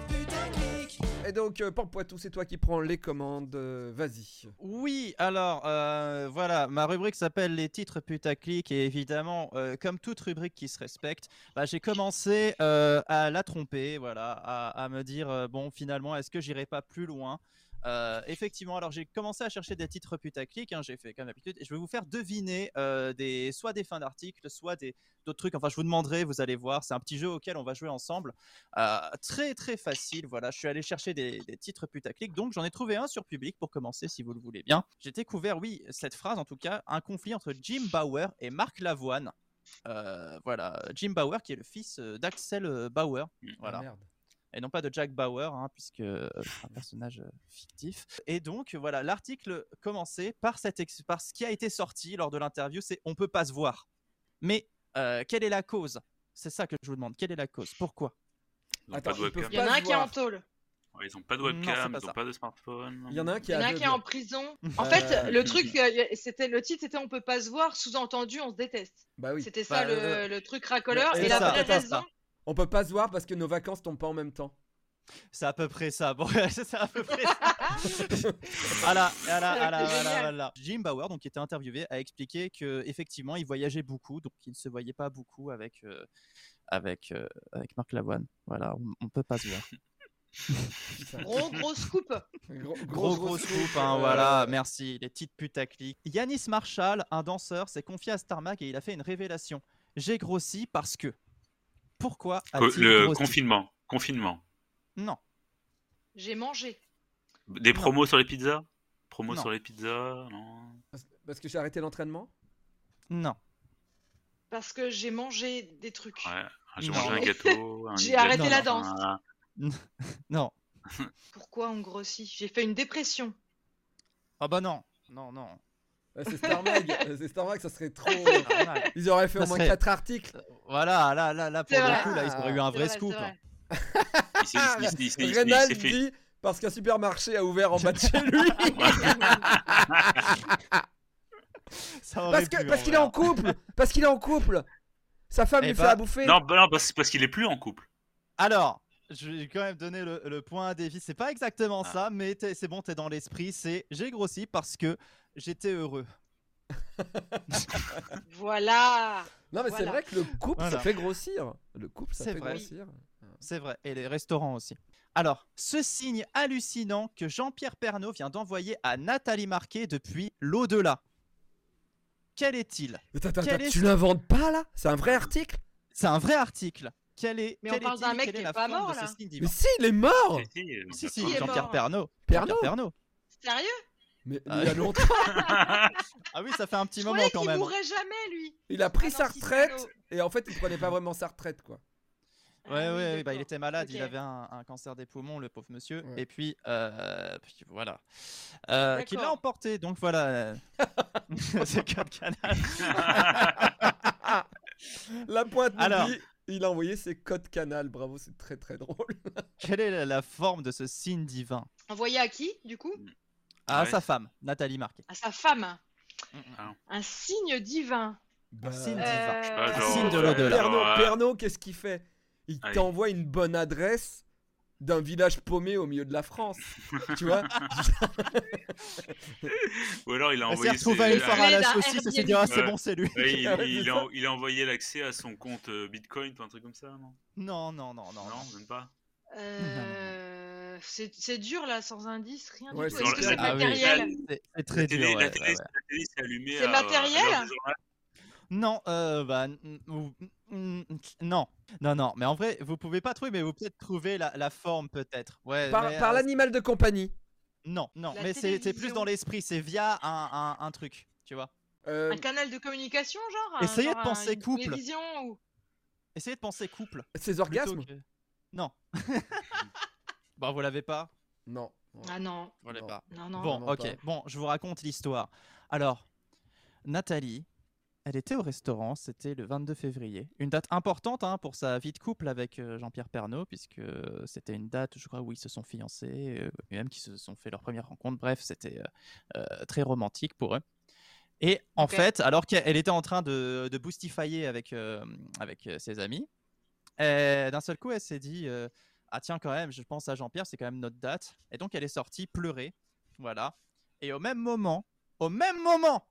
Speaker 3: Ah.
Speaker 1: Et donc, euh, Pampoitou, c'est toi qui prends les commandes. euh, Vas-y.
Speaker 2: Oui, alors euh, voilà, ma rubrique s'appelle les titres putaclic et évidemment, euh, comme toute rubrique qui se respecte, bah, j'ai commencé euh, à la tromper, voilà, à, à me dire euh, bon finalement est-ce que j'irai pas plus loin Euh, effectivement, alors j'ai commencé à chercher des titres putaclic, hein, j'ai fait comme d'habitude, et je vais vous faire deviner euh, des, soit des fins d'articles, soit des, d'autres trucs. Enfin, je vous demanderai, vous allez voir, c'est un petit jeu auquel on va jouer ensemble. Euh, très très facile, voilà, je suis allé chercher des, des titres putaclic, donc j'en ai trouvé un sur public pour commencer, si vous le voulez bien. J'ai découvert, oui, cette phrase en tout cas, un conflit entre Jim Bauer et Marc Lavoine. Euh, voilà, Jim Bauer qui est le fils euh, d'Axel euh, Bauer. Voilà
Speaker 1: Ah, merde.
Speaker 2: et non pas de Jack Bauer, hein, puisque euh, c'est un personnage euh, fictif. Et donc, voilà, l'article commençait par, cette ex- par ce qui a été sorti lors de l'interview, c'est on peut pas se voir. Mais euh, quelle est la cause C'est ça que je vous demande. Quelle est la cause Pourquoi
Speaker 4: Ils n'ont
Speaker 1: Attends,
Speaker 4: pas de
Speaker 1: ils peuvent
Speaker 4: webcam.
Speaker 3: Il y en
Speaker 1: Pas
Speaker 3: a un
Speaker 1: se
Speaker 3: qui est en
Speaker 1: voir.
Speaker 3: tôle.
Speaker 4: Ouais, Ils n'ont pas de
Speaker 2: Non, c'est
Speaker 4: webcam,
Speaker 2: pas
Speaker 4: ils
Speaker 2: ça.
Speaker 4: n'ont pas de smartphone.
Speaker 1: Il y en a un qui
Speaker 3: Il y en a un
Speaker 1: aveugle.
Speaker 3: qui est en prison. En
Speaker 1: Euh,
Speaker 3: fait, le truc, euh, c'était le titre, c'était on peut pas se voir. Sous-entendu, on se déteste.
Speaker 1: Bah oui.
Speaker 3: C'était
Speaker 2: Bah,
Speaker 3: ça le,
Speaker 2: euh,
Speaker 3: le truc racoleur.
Speaker 2: c'est
Speaker 3: Et la
Speaker 2: ça,
Speaker 3: vraie
Speaker 2: c'est ça,
Speaker 3: raison,
Speaker 2: ça.
Speaker 1: On peut pas se voir parce que nos vacances tombent pas en même temps.
Speaker 2: C'est à peu près ça. Bon, c'est à peu près ça. Ah Voilà, voilà,
Speaker 3: C'est
Speaker 2: voilà,
Speaker 3: génial.
Speaker 2: voilà, voilà. ah Jim Bauer, donc, qui était interviewé, a expliqué que effectivement, il voyageait beaucoup, donc il ne se voyait pas beaucoup avec euh, avec euh, avec Marc Lavoine. Voilà, on, on peut pas se voir.
Speaker 1: Putain.
Speaker 3: gros, gros scoop.
Speaker 1: Gros,
Speaker 2: Gros gros
Speaker 1: scoop,
Speaker 2: scoop, hein,
Speaker 1: euh,
Speaker 2: voilà, merci, les petites putaclic. Yanis Marshall, un danseur, s'est confié à Starmac et il a fait une révélation. J'ai grossi parce que. Pourquoi
Speaker 4: Co-
Speaker 2: a-t-il
Speaker 4: le
Speaker 2: grossi
Speaker 4: confinement. Confinement.
Speaker 2: Non,
Speaker 3: J'ai mangé.
Speaker 4: Des
Speaker 2: Non.
Speaker 4: promos sur les pizzas Promos
Speaker 2: Non.
Speaker 4: sur les pizzas Non.
Speaker 1: parce- Parce que j'ai arrêté l'entraînement
Speaker 2: non.
Speaker 3: Parce que j'ai mangé des trucs.
Speaker 4: Ouais. J'ai
Speaker 2: Non.
Speaker 4: mangé un gâteau. un
Speaker 3: J'ai
Speaker 4: gâteau,
Speaker 3: arrêté
Speaker 4: un-
Speaker 3: la danse.
Speaker 2: Non.
Speaker 3: Pourquoi on grossit J'ai fait une dépression.
Speaker 2: Ah bah non. Non, non.
Speaker 1: Euh, C'est Starmag, euh, c'est Starmag, ça serait trop.
Speaker 2: Ah, mal.
Speaker 1: Ils auraient fait au
Speaker 2: Ça
Speaker 1: moins
Speaker 2: serait-
Speaker 1: 4 articles.
Speaker 2: voilà, là, là, là, pour
Speaker 3: C'est
Speaker 2: le
Speaker 3: vrai.
Speaker 2: coup, là, ils auraient eu un
Speaker 3: C'est
Speaker 2: vrai
Speaker 3: vrai,
Speaker 2: scoop.
Speaker 3: c'est
Speaker 2: hein.
Speaker 3: vrai.
Speaker 4: Il s'est- il s'est- il s'est- il s'est- il
Speaker 1: Reynald
Speaker 4: s'est fait-
Speaker 1: Ah, dit parce qu'un supermarché a ouvert en bas de chez lui.
Speaker 2: Ça aurait
Speaker 1: parce que-
Speaker 2: pu, hein,
Speaker 1: parce
Speaker 2: en
Speaker 1: qu'il est
Speaker 2: vrai.
Speaker 1: en couple. Parce qu'il est en couple. Sa femme
Speaker 2: Eh
Speaker 1: lui fait
Speaker 2: bah,
Speaker 1: à bouffer.
Speaker 4: Non, bah non, parce, parce qu'il est plus en couple.
Speaker 2: Alors, je vais quand même donner le, le point à Davy. C'est pas exactement
Speaker 4: Ah.
Speaker 2: ça, mais t'es- c'est bon, t'es dans l'esprit. C'est j'ai grossi parce que j'étais heureux.
Speaker 3: Voilà.
Speaker 1: Non, mais c'est
Speaker 3: Voilà.
Speaker 1: vrai que le couple, ça
Speaker 2: Voilà.
Speaker 1: fait grossir. Le couple, ça
Speaker 2: C'est
Speaker 1: fait
Speaker 2: vrai.
Speaker 1: grossir.
Speaker 2: C'est vrai, et les restaurants aussi. Alors, ce signe hallucinant que Jean-Pierre Pernaud vient d'envoyer à Nathalie Marquet depuis l'au-delà. Quel est-il
Speaker 1: Attends, attends,
Speaker 2: Quel
Speaker 1: attends,
Speaker 2: est
Speaker 1: tu
Speaker 2: ce-
Speaker 1: l'inventes pas là C'est un vrai article
Speaker 2: C'est un vrai article. Quel est
Speaker 3: Mais on
Speaker 2: quel
Speaker 3: parle d'un
Speaker 2: est-il
Speaker 3: mec
Speaker 2: Quelle
Speaker 3: qui
Speaker 2: est
Speaker 3: est
Speaker 2: la
Speaker 3: pas
Speaker 2: forme
Speaker 3: mort,
Speaker 2: de
Speaker 3: là
Speaker 2: ce signe
Speaker 1: Mais
Speaker 2: divin
Speaker 1: si, il est mort
Speaker 2: Oh.
Speaker 4: Si, si, euh,
Speaker 2: Si, si,
Speaker 4: d'accord.
Speaker 3: il est
Speaker 2: Jean-Pierre
Speaker 3: mort.
Speaker 2: Pernaud.
Speaker 1: Pernaud
Speaker 2: Jean-Pierre Pernaud.
Speaker 3: Sérieux
Speaker 1: Mais mais
Speaker 2: Ah
Speaker 1: il y a
Speaker 2: oui.
Speaker 1: longtemps.
Speaker 2: Ah oui, ça fait un petit
Speaker 3: Je
Speaker 2: moment
Speaker 3: croyais
Speaker 2: quand
Speaker 3: qu'il
Speaker 2: même.
Speaker 3: mourrait jamais, lui.
Speaker 1: Il a pris
Speaker 3: Ah non,
Speaker 1: sa
Speaker 3: si,
Speaker 1: retraite
Speaker 3: salaud.
Speaker 1: et en fait il prenait pas vraiment sa retraite quoi.
Speaker 2: Ouais,
Speaker 3: Ah oui,
Speaker 2: ouais, ouais, bah, il
Speaker 3: d'accord.
Speaker 2: était malade, il
Speaker 3: Ok.
Speaker 2: avait un, un cancer des poumons, le pauvre monsieur.
Speaker 1: Ouais.
Speaker 2: Et puis, euh, puis voilà. Euh, Qui l'a
Speaker 3: D'accord.
Speaker 2: emporté, donc voilà. C'est Cap Canal.
Speaker 1: La pointe nous
Speaker 2: Alors.
Speaker 1: dit, il a envoyé ses codes canal. Bravo, c'est très très drôle.
Speaker 2: Quelle est la- la forme de ce signe divin
Speaker 3: Envoyé à qui, du coup
Speaker 2: À Ah,
Speaker 4: Ouais.
Speaker 2: sa femme, Nathalie Marquet.
Speaker 3: À sa femme.
Speaker 4: Ah.
Speaker 3: Un signe divin.
Speaker 1: Bah,
Speaker 2: signe
Speaker 1: euh,
Speaker 2: divin.
Speaker 4: sais pas,
Speaker 3: Euh,
Speaker 4: Ah, genre,
Speaker 2: signe de
Speaker 4: ouais,
Speaker 2: l'au-delà.
Speaker 4: genre,
Speaker 1: Pernod,
Speaker 4: euh,
Speaker 1: Pernod, qu'est-ce qu'il fait Il
Speaker 4: Ah oui.
Speaker 1: t'envoie une bonne adresse d'un village paumé au milieu de la France. tu vois
Speaker 4: euh, Ou alors il a
Speaker 2: Elle s'est
Speaker 4: envoyé.
Speaker 2: retrouvée à une
Speaker 4: ses-
Speaker 2: foire à la
Speaker 3: Clé d'un
Speaker 2: saucisse et s'est dit
Speaker 3: Airbnb.
Speaker 2: Ah, c'est
Speaker 4: Ouais.
Speaker 2: bon, c'est lui.
Speaker 4: Ouais, il,
Speaker 1: Ouais, c'est
Speaker 4: il- il a,
Speaker 1: ça.
Speaker 4: il a envoyé l'accès à son compte euh, Bitcoin ou un truc comme ça, non
Speaker 2: Non, non, non, non.
Speaker 4: non,
Speaker 2: non.
Speaker 4: même pas.
Speaker 3: Euh, C'est c'est dur, là, sans indice, rien
Speaker 1: Ouais,
Speaker 3: du
Speaker 1: c'est
Speaker 3: tout. Est-ce que
Speaker 4: dur.
Speaker 3: c'est
Speaker 4: Ah oui.
Speaker 3: matériel
Speaker 2: C'est- C'est
Speaker 4: La
Speaker 2: très
Speaker 4: télé,
Speaker 2: dur. ouais,
Speaker 4: la
Speaker 2: ouais,
Speaker 4: télé-
Speaker 2: ouais.
Speaker 4: la télé s'est allumée.
Speaker 3: C'est
Speaker 4: à- à
Speaker 3: matériel
Speaker 4: l'heure du journal.
Speaker 2: Non, euh, bah, n- ou- n- non, non, non. Mais en vrai, vous pouvez pas trouver, mais vous peut-être trouver la, la forme, peut-être. Ouais.
Speaker 1: Par,
Speaker 2: mais,
Speaker 1: par
Speaker 2: euh,
Speaker 1: l'animal de compagnie.
Speaker 2: Non, non,
Speaker 3: La
Speaker 2: mais c'est c'est plus
Speaker 3: télévision.
Speaker 2: dans l'esprit, c'est via un, un, un truc, tu vois.
Speaker 1: Euh,
Speaker 3: Un canal de communication, genre un-
Speaker 2: Essayez de
Speaker 3: genre un-
Speaker 2: penser
Speaker 3: une
Speaker 2: couple.
Speaker 3: télévision ou-
Speaker 2: Essayez de penser couple.
Speaker 1: ses
Speaker 2: plutôt
Speaker 1: orgasmes
Speaker 2: que- Non. bon, vous l'avez pas
Speaker 1: Non.
Speaker 3: Ah non,
Speaker 2: Vous l'avez
Speaker 1: Non.
Speaker 2: pas.
Speaker 3: non, non.
Speaker 2: bon,
Speaker 1: vraiment
Speaker 2: ok.
Speaker 1: pas.
Speaker 2: Bon, je vous raconte l'histoire. Alors, Nathalie, elle était au restaurant, c'était le 22 février. Une date importante hein, pour sa vie de couple avec euh, Jean-Pierre Pernaud, puisque euh, c'était une date, je crois, où ils se sont fiancés, euh, et même qui se sont fait leur première rencontre. Bref, c'était euh, euh, très romantique pour eux. Et en
Speaker 3: Ok.
Speaker 2: fait, alors qu'elle était en train de, de boustifailler avec, euh, avec euh, ses amis, euh, d'un seul coup, elle s'est dit euh, Ah, tiens, quand même, je pense à Jean-Pierre, c'est quand même notre date. Et donc, elle est sortie pleurer. Voilà. Et au même moment, au même moment,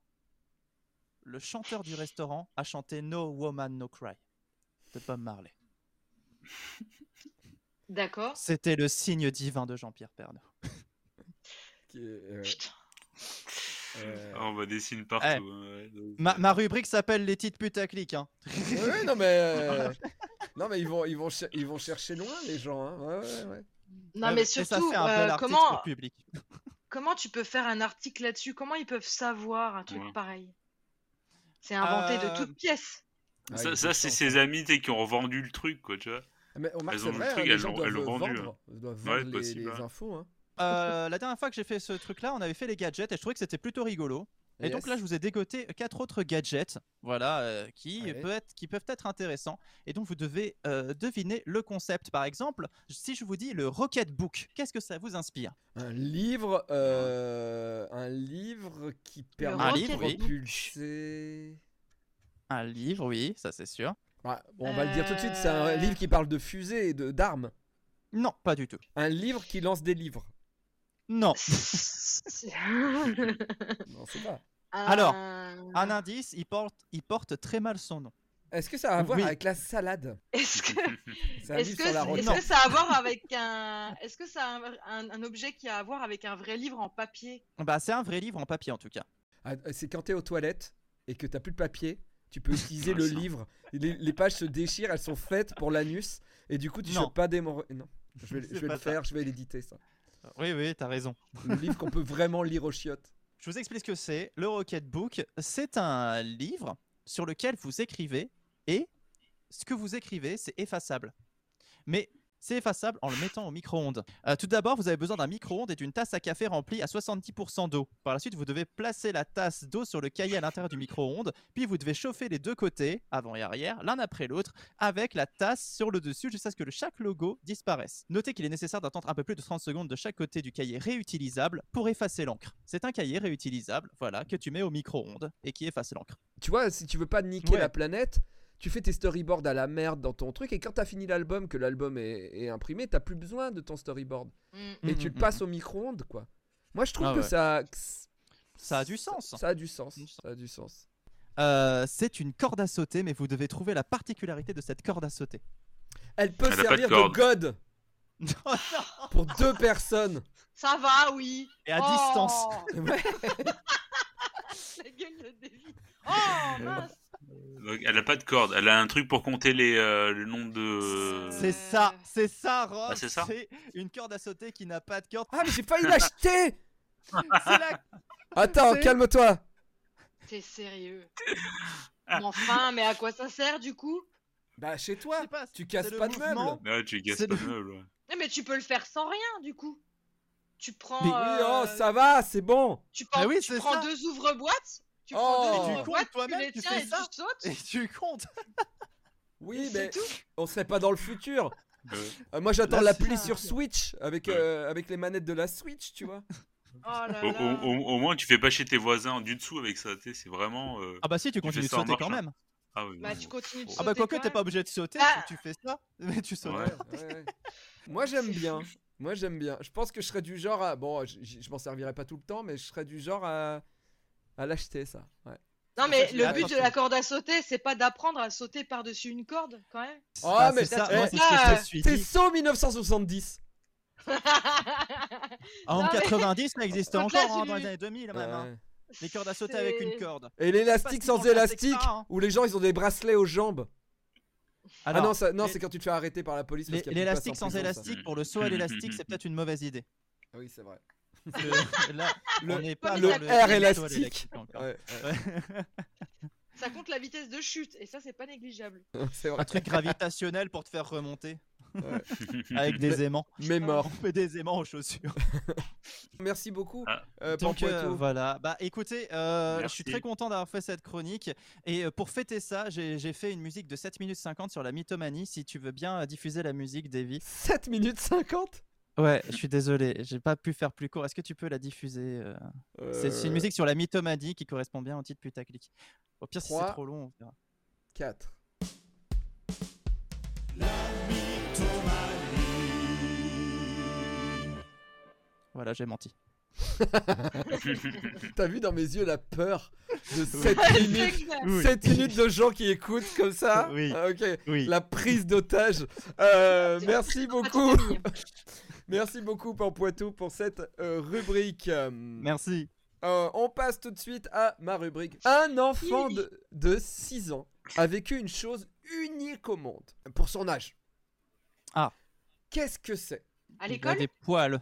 Speaker 2: le chanteur du restaurant a chanté No Woman, No Cry de Bob Marley.
Speaker 3: D'accord.
Speaker 2: C'était le signe divin de Jean-Pierre Pernaud.
Speaker 1: Qui est-
Speaker 2: Euh,
Speaker 1: ouais.
Speaker 3: Putain.
Speaker 1: Euh,
Speaker 4: Ah, on va dessiner partout. hein, ouais, donc,
Speaker 2: Ma, ma rubrique s'appelle les titres putaclic. Hein.
Speaker 1: ouais, ouais, non mais euh, non mais ils vont ils vont cher- ils vont chercher loin les gens hein. Ouais, ouais, ouais.
Speaker 3: Non,
Speaker 2: Euh,
Speaker 3: mais
Speaker 2: et ça
Speaker 3: surtout,
Speaker 2: fait un
Speaker 3: euh,
Speaker 2: bel article
Speaker 3: comment,
Speaker 2: pour public.
Speaker 3: comment tu peux faire un article là-dessus Comment ils peuvent savoir un truc
Speaker 4: Ouais.
Speaker 3: pareil C'est inventé
Speaker 2: Euh,
Speaker 3: de toutes pièces.
Speaker 1: Ah, ils
Speaker 4: Ça,
Speaker 1: ont
Speaker 4: ça,
Speaker 1: le
Speaker 4: c'est
Speaker 1: temps.
Speaker 4: ses amis t'es, qui ont revendu le truc, quoi, tu vois.
Speaker 1: Mais on marque
Speaker 4: Elles
Speaker 1: c'est
Speaker 4: ont le
Speaker 1: vrai, hein,
Speaker 4: truc,
Speaker 1: les
Speaker 4: elles
Speaker 1: gens
Speaker 4: l'ont-
Speaker 1: doivent
Speaker 4: elles l'ont vendu,
Speaker 1: vendre, doivent
Speaker 4: Ouais,
Speaker 1: vendre les- les,
Speaker 4: possible, hein.
Speaker 1: infos. Hein.
Speaker 2: Euh, la dernière fois que j'ai fait ce truc-là, on avait fait les gadgets et je trouvais que c'était plutôt rigolo. Et donc
Speaker 1: Yes.
Speaker 2: là, je vous ai dégoté quatre autres gadgets, voilà, euh, qui,
Speaker 1: Ouais.
Speaker 2: peut être, qui peuvent être intéressants. Et donc, vous devez euh, deviner le concept. Par exemple, si je vous dis le Rocket Book, qu'est-ce que ça vous inspire
Speaker 1: un livre, euh, un livre qui permet
Speaker 2: Un
Speaker 1: de
Speaker 2: livre, oui.
Speaker 1: propulser.
Speaker 2: Un livre, oui, ça c'est sûr.
Speaker 1: Ouais, bon, on va le dire tout de suite, c'est un
Speaker 3: Euh.
Speaker 1: livre qui parle de fusées et de d'armes.
Speaker 2: Non, pas du tout.
Speaker 1: Un livre qui lance des livres.
Speaker 2: Non.
Speaker 1: Non, c'est pas.
Speaker 2: Alors,
Speaker 3: Un-
Speaker 2: Un indice, il porte, il porte très mal son nom.
Speaker 1: Est-ce que ça a à voir
Speaker 2: Oui.
Speaker 1: avec la salade
Speaker 3: est-ce que,
Speaker 1: C'est un
Speaker 3: est-ce
Speaker 1: livre
Speaker 3: que,
Speaker 1: sur la
Speaker 3: est-ce
Speaker 1: recette.
Speaker 2: Non.
Speaker 3: que ça a à voir avec un, est-ce que ça a un, un- un objet qui a à voir avec un vrai livre en papier
Speaker 2: Bah, c'est un vrai livre en papier en tout cas.
Speaker 1: Ah, C'est quand t'es aux toilettes et que t'as plus de papier, tu peux utiliser
Speaker 2: Ah,
Speaker 4: Ouais,
Speaker 1: le
Speaker 4: ça.
Speaker 1: livre. Les, les pages se déchirent, elles sont faites pour l'anus et du coup tu
Speaker 2: Non.
Speaker 1: chopes pas d'hémorroïdes. Non, je vais,
Speaker 2: C'est
Speaker 1: je vais
Speaker 2: pas
Speaker 1: le
Speaker 2: ça.
Speaker 1: faire, je vais l'éditer ça.
Speaker 2: Oui, oui, t'as raison.
Speaker 1: Le livre qu'on peut vraiment lire aux chiottes.
Speaker 2: Je vous explique ce que c'est. Le Rocket Book, c'est un livre sur lequel vous écrivez et ce que vous écrivez, c'est effaçable. Mais c'est effaçable en le mettant au micro-ondes. Euh, tout d'abord, vous avez besoin d'un micro-ondes et d'une tasse à café remplie à 70% d'eau. Par la suite, vous devez placer la tasse d'eau sur le cahier à l'intérieur du micro-ondes, puis vous devez chauffer les deux côtés, avant et arrière, l'un après l'autre, avec la tasse sur le dessus jusqu'à ce que le- chaque logo disparaisse. Notez qu'il est nécessaire d'attendre un peu plus de 30 secondes de chaque côté du cahier réutilisable pour effacer l'encre. C'est un cahier réutilisable, voilà, que tu mets au micro-ondes et qui efface l'encre.
Speaker 1: Tu vois, si tu veux pas niquer
Speaker 2: Ouais.
Speaker 1: la planète, tu fais tes storyboards à la merde dans ton truc et quand t'as fini l'album, que l'album est, est imprimé, t'as plus besoin de ton storyboard.
Speaker 3: Hmm.
Speaker 1: Et tu
Speaker 2: Mm, mm,
Speaker 1: le
Speaker 2: mm,
Speaker 1: passes au micro-ondes quoi. Moi je trouve
Speaker 2: Ah
Speaker 1: que
Speaker 2: ouais.
Speaker 1: ça.
Speaker 2: Ça a du sens.
Speaker 1: Ça a du sens.
Speaker 2: Du
Speaker 1: Ça a du sens.
Speaker 2: Euh, c'est une corde à sauter, mais vous devez trouver la particularité de cette corde à sauter.
Speaker 1: Elle peut
Speaker 4: Elle a pas de
Speaker 1: servir de
Speaker 4: corde.
Speaker 1: god
Speaker 2: Non, non.
Speaker 1: pour deux personnes.
Speaker 3: Ça va, oui.
Speaker 2: Et à
Speaker 3: Oh
Speaker 2: distance.
Speaker 1: Ouais.
Speaker 3: La gueule de David. Oh mince.
Speaker 4: donc, elle a pas de corde, elle a un truc pour compter les, euh, le nombre de.
Speaker 2: C'est ça, c'est ça, Rob.
Speaker 4: Ah, c'est ça
Speaker 2: une corde à sauter qui n'a pas de corde. Ah,
Speaker 1: Ah mais j'ai failli l'acheter
Speaker 2: C'est la-
Speaker 1: Attends,
Speaker 2: C'est-
Speaker 1: calme-toi.
Speaker 3: T'es sérieux Mais Enfin, mais à quoi ça sert du coup
Speaker 1: Bah chez
Speaker 2: je
Speaker 1: toi.
Speaker 2: sais pas,
Speaker 1: tu
Speaker 2: c'est
Speaker 1: casses
Speaker 2: le
Speaker 1: pas de
Speaker 2: mouvement.
Speaker 1: meubles.
Speaker 4: Ah, tu casses
Speaker 2: C'est
Speaker 4: pas
Speaker 2: le-
Speaker 4: le meuble. ouais.
Speaker 3: Non, mais tu peux le faire sans rien du coup. Tu prends.
Speaker 1: Mais oui,
Speaker 3: euh,
Speaker 1: oh, ça va, c'est bon.
Speaker 3: Tu prends,
Speaker 2: Mais Ah oui,
Speaker 3: tu
Speaker 2: c'est
Speaker 3: prends
Speaker 2: ça.
Speaker 3: deux ouvre-boîtes. Tu
Speaker 1: Oh.
Speaker 3: prends
Speaker 1: Et
Speaker 3: deux
Speaker 1: tu
Speaker 3: ouvre-boîtes,
Speaker 2: comptes toi-même,
Speaker 3: les
Speaker 2: tu
Speaker 3: tiens
Speaker 2: fais
Speaker 3: et
Speaker 2: ça. Eh ben.
Speaker 3: tu sautes.
Speaker 2: Et tu comptes.
Speaker 1: Oui,
Speaker 3: C'est
Speaker 1: mais
Speaker 3: tout.
Speaker 1: on serait pas dans le futur.
Speaker 4: Euh,
Speaker 1: Euh, moi, j'attends
Speaker 2: Là,
Speaker 1: l'appli
Speaker 2: c'est-
Speaker 1: sur Switch avec
Speaker 4: Ouais.
Speaker 1: euh, avec les manettes de la Switch, tu vois.
Speaker 3: Oh là
Speaker 4: au,
Speaker 3: là.
Speaker 4: au- au- au moins, tu fais pas chez tes voisins du dessous avec ça, tu sais, c'est vraiment. euh,
Speaker 2: Ah bah si, tu continues
Speaker 4: fais
Speaker 2: de
Speaker 4: ça en
Speaker 2: sauter quand
Speaker 4: marchant.
Speaker 2: même.
Speaker 4: Ah, oui,
Speaker 3: Bah
Speaker 4: non.
Speaker 3: tu continues de
Speaker 2: Ah bah
Speaker 3: sauter
Speaker 2: quoique
Speaker 3: quand
Speaker 2: t'es
Speaker 3: même.
Speaker 2: pas obligé de sauter,
Speaker 3: Ah.
Speaker 2: tu tu fais ça, mais tu sautes.
Speaker 4: Ouais.
Speaker 1: Ouais, ouais. Moi, j'aime bien. Moi, j'aime bien. Je pense que je serais du genre à bon, j- j- je m'en servirais pas tout le temps, mais je serais du genre à à l'acheter ça. Ouais.
Speaker 3: Non mais
Speaker 2: Attention.
Speaker 3: le but de la corde à sauter, c'est pas d'apprendre à sauter par-dessus une corde quand même.
Speaker 1: Oh,
Speaker 2: Ah,
Speaker 1: mais
Speaker 2: c'est ça,
Speaker 1: eh,
Speaker 2: moi, c'est ce que je
Speaker 3: Ah,
Speaker 2: te suis
Speaker 1: T'es
Speaker 2: dit.
Speaker 1: saut 1970.
Speaker 2: En
Speaker 3: Non, mais-
Speaker 2: 90, ça existait
Speaker 3: Donc là,
Speaker 2: encore hein,
Speaker 3: tu-
Speaker 2: dans les années 2000 même. hein.
Speaker 1: Ouais.
Speaker 2: Les cordes à sauter avec une corde.
Speaker 1: Euh, Et l'élastique
Speaker 2: si
Speaker 1: sans
Speaker 2: dans le contexte,
Speaker 1: élastique,
Speaker 2: ça, hein.
Speaker 1: où les gens ils ont des bracelets aux jambes. ah non, ça- non,
Speaker 2: les-
Speaker 1: c'est quand tu te fais arrêter par la police. parce
Speaker 2: Les-
Speaker 1: qu'il y a plus de place
Speaker 2: L'élastique
Speaker 1: en
Speaker 2: sans
Speaker 1: prison, ça.
Speaker 2: élastique, pour le saut à l'élastique, c'est peut-être une mauvaise idée.
Speaker 1: Ah Oui, c'est vrai.
Speaker 2: Le- là,
Speaker 1: Le-
Speaker 2: on n'est pas
Speaker 3: le
Speaker 2: dans
Speaker 3: R
Speaker 2: le saut à
Speaker 1: élastique.
Speaker 2: l'élastique encore.
Speaker 1: Ouais,
Speaker 3: Ça compte la vitesse de chute et ça c'est pas négligeable.
Speaker 1: ouais. Ah, c'est vrai.
Speaker 2: Un truc gravitationnel pour te faire remonter
Speaker 1: Ouais.
Speaker 2: avec des aimants.
Speaker 1: Mais Ah, mort.
Speaker 2: On fait des aimants aux chaussures.
Speaker 1: Merci beaucoup.
Speaker 4: Ah.
Speaker 1: euh,
Speaker 2: Donc
Speaker 1: Pampoitou.
Speaker 2: euh, voilà. Bah écoutez, euh, je suis
Speaker 4: Merci.
Speaker 2: très content d'avoir fait cette chronique. Et euh, pour fêter ça, j'ai j'ai fait une musique de 7 minutes 50 sur la mythomanie. Si tu veux bien euh, diffuser la musique, Davy.
Speaker 1: 7 minutes 50
Speaker 2: Ouais, je suis désolé, j'ai pas pu faire plus court. Est-ce que tu peux la diffuser euh, C'est c'est une musique sur la mythomanie qui correspond bien au titre putaclic. Au pire, si
Speaker 1: Trois.
Speaker 2: c'est trop long, on verra.
Speaker 1: 4.
Speaker 2: Voilà, j'ai menti.
Speaker 1: T'as vu dans mes yeux la peur de 7 minutes
Speaker 2: Oui.
Speaker 1: 7 minutes de gens qui écoutent comme ça
Speaker 2: Oui.
Speaker 1: Ah, Ok.
Speaker 2: Oui.
Speaker 3: Ah,
Speaker 1: La prise d'otage. Euh, merci beaucoup. Merci beaucoup, Pampoitou, pour cette euh, rubrique. Euh,
Speaker 2: Merci.
Speaker 1: euh, on passe tout de suite à ma rubrique. Un enfant de, de 6 ans a vécu une chose unique au monde pour son âge.
Speaker 2: Ah.
Speaker 1: Qu'est-ce que c'est
Speaker 2: Il
Speaker 3: À
Speaker 2: a
Speaker 3: l'école
Speaker 2: des poils.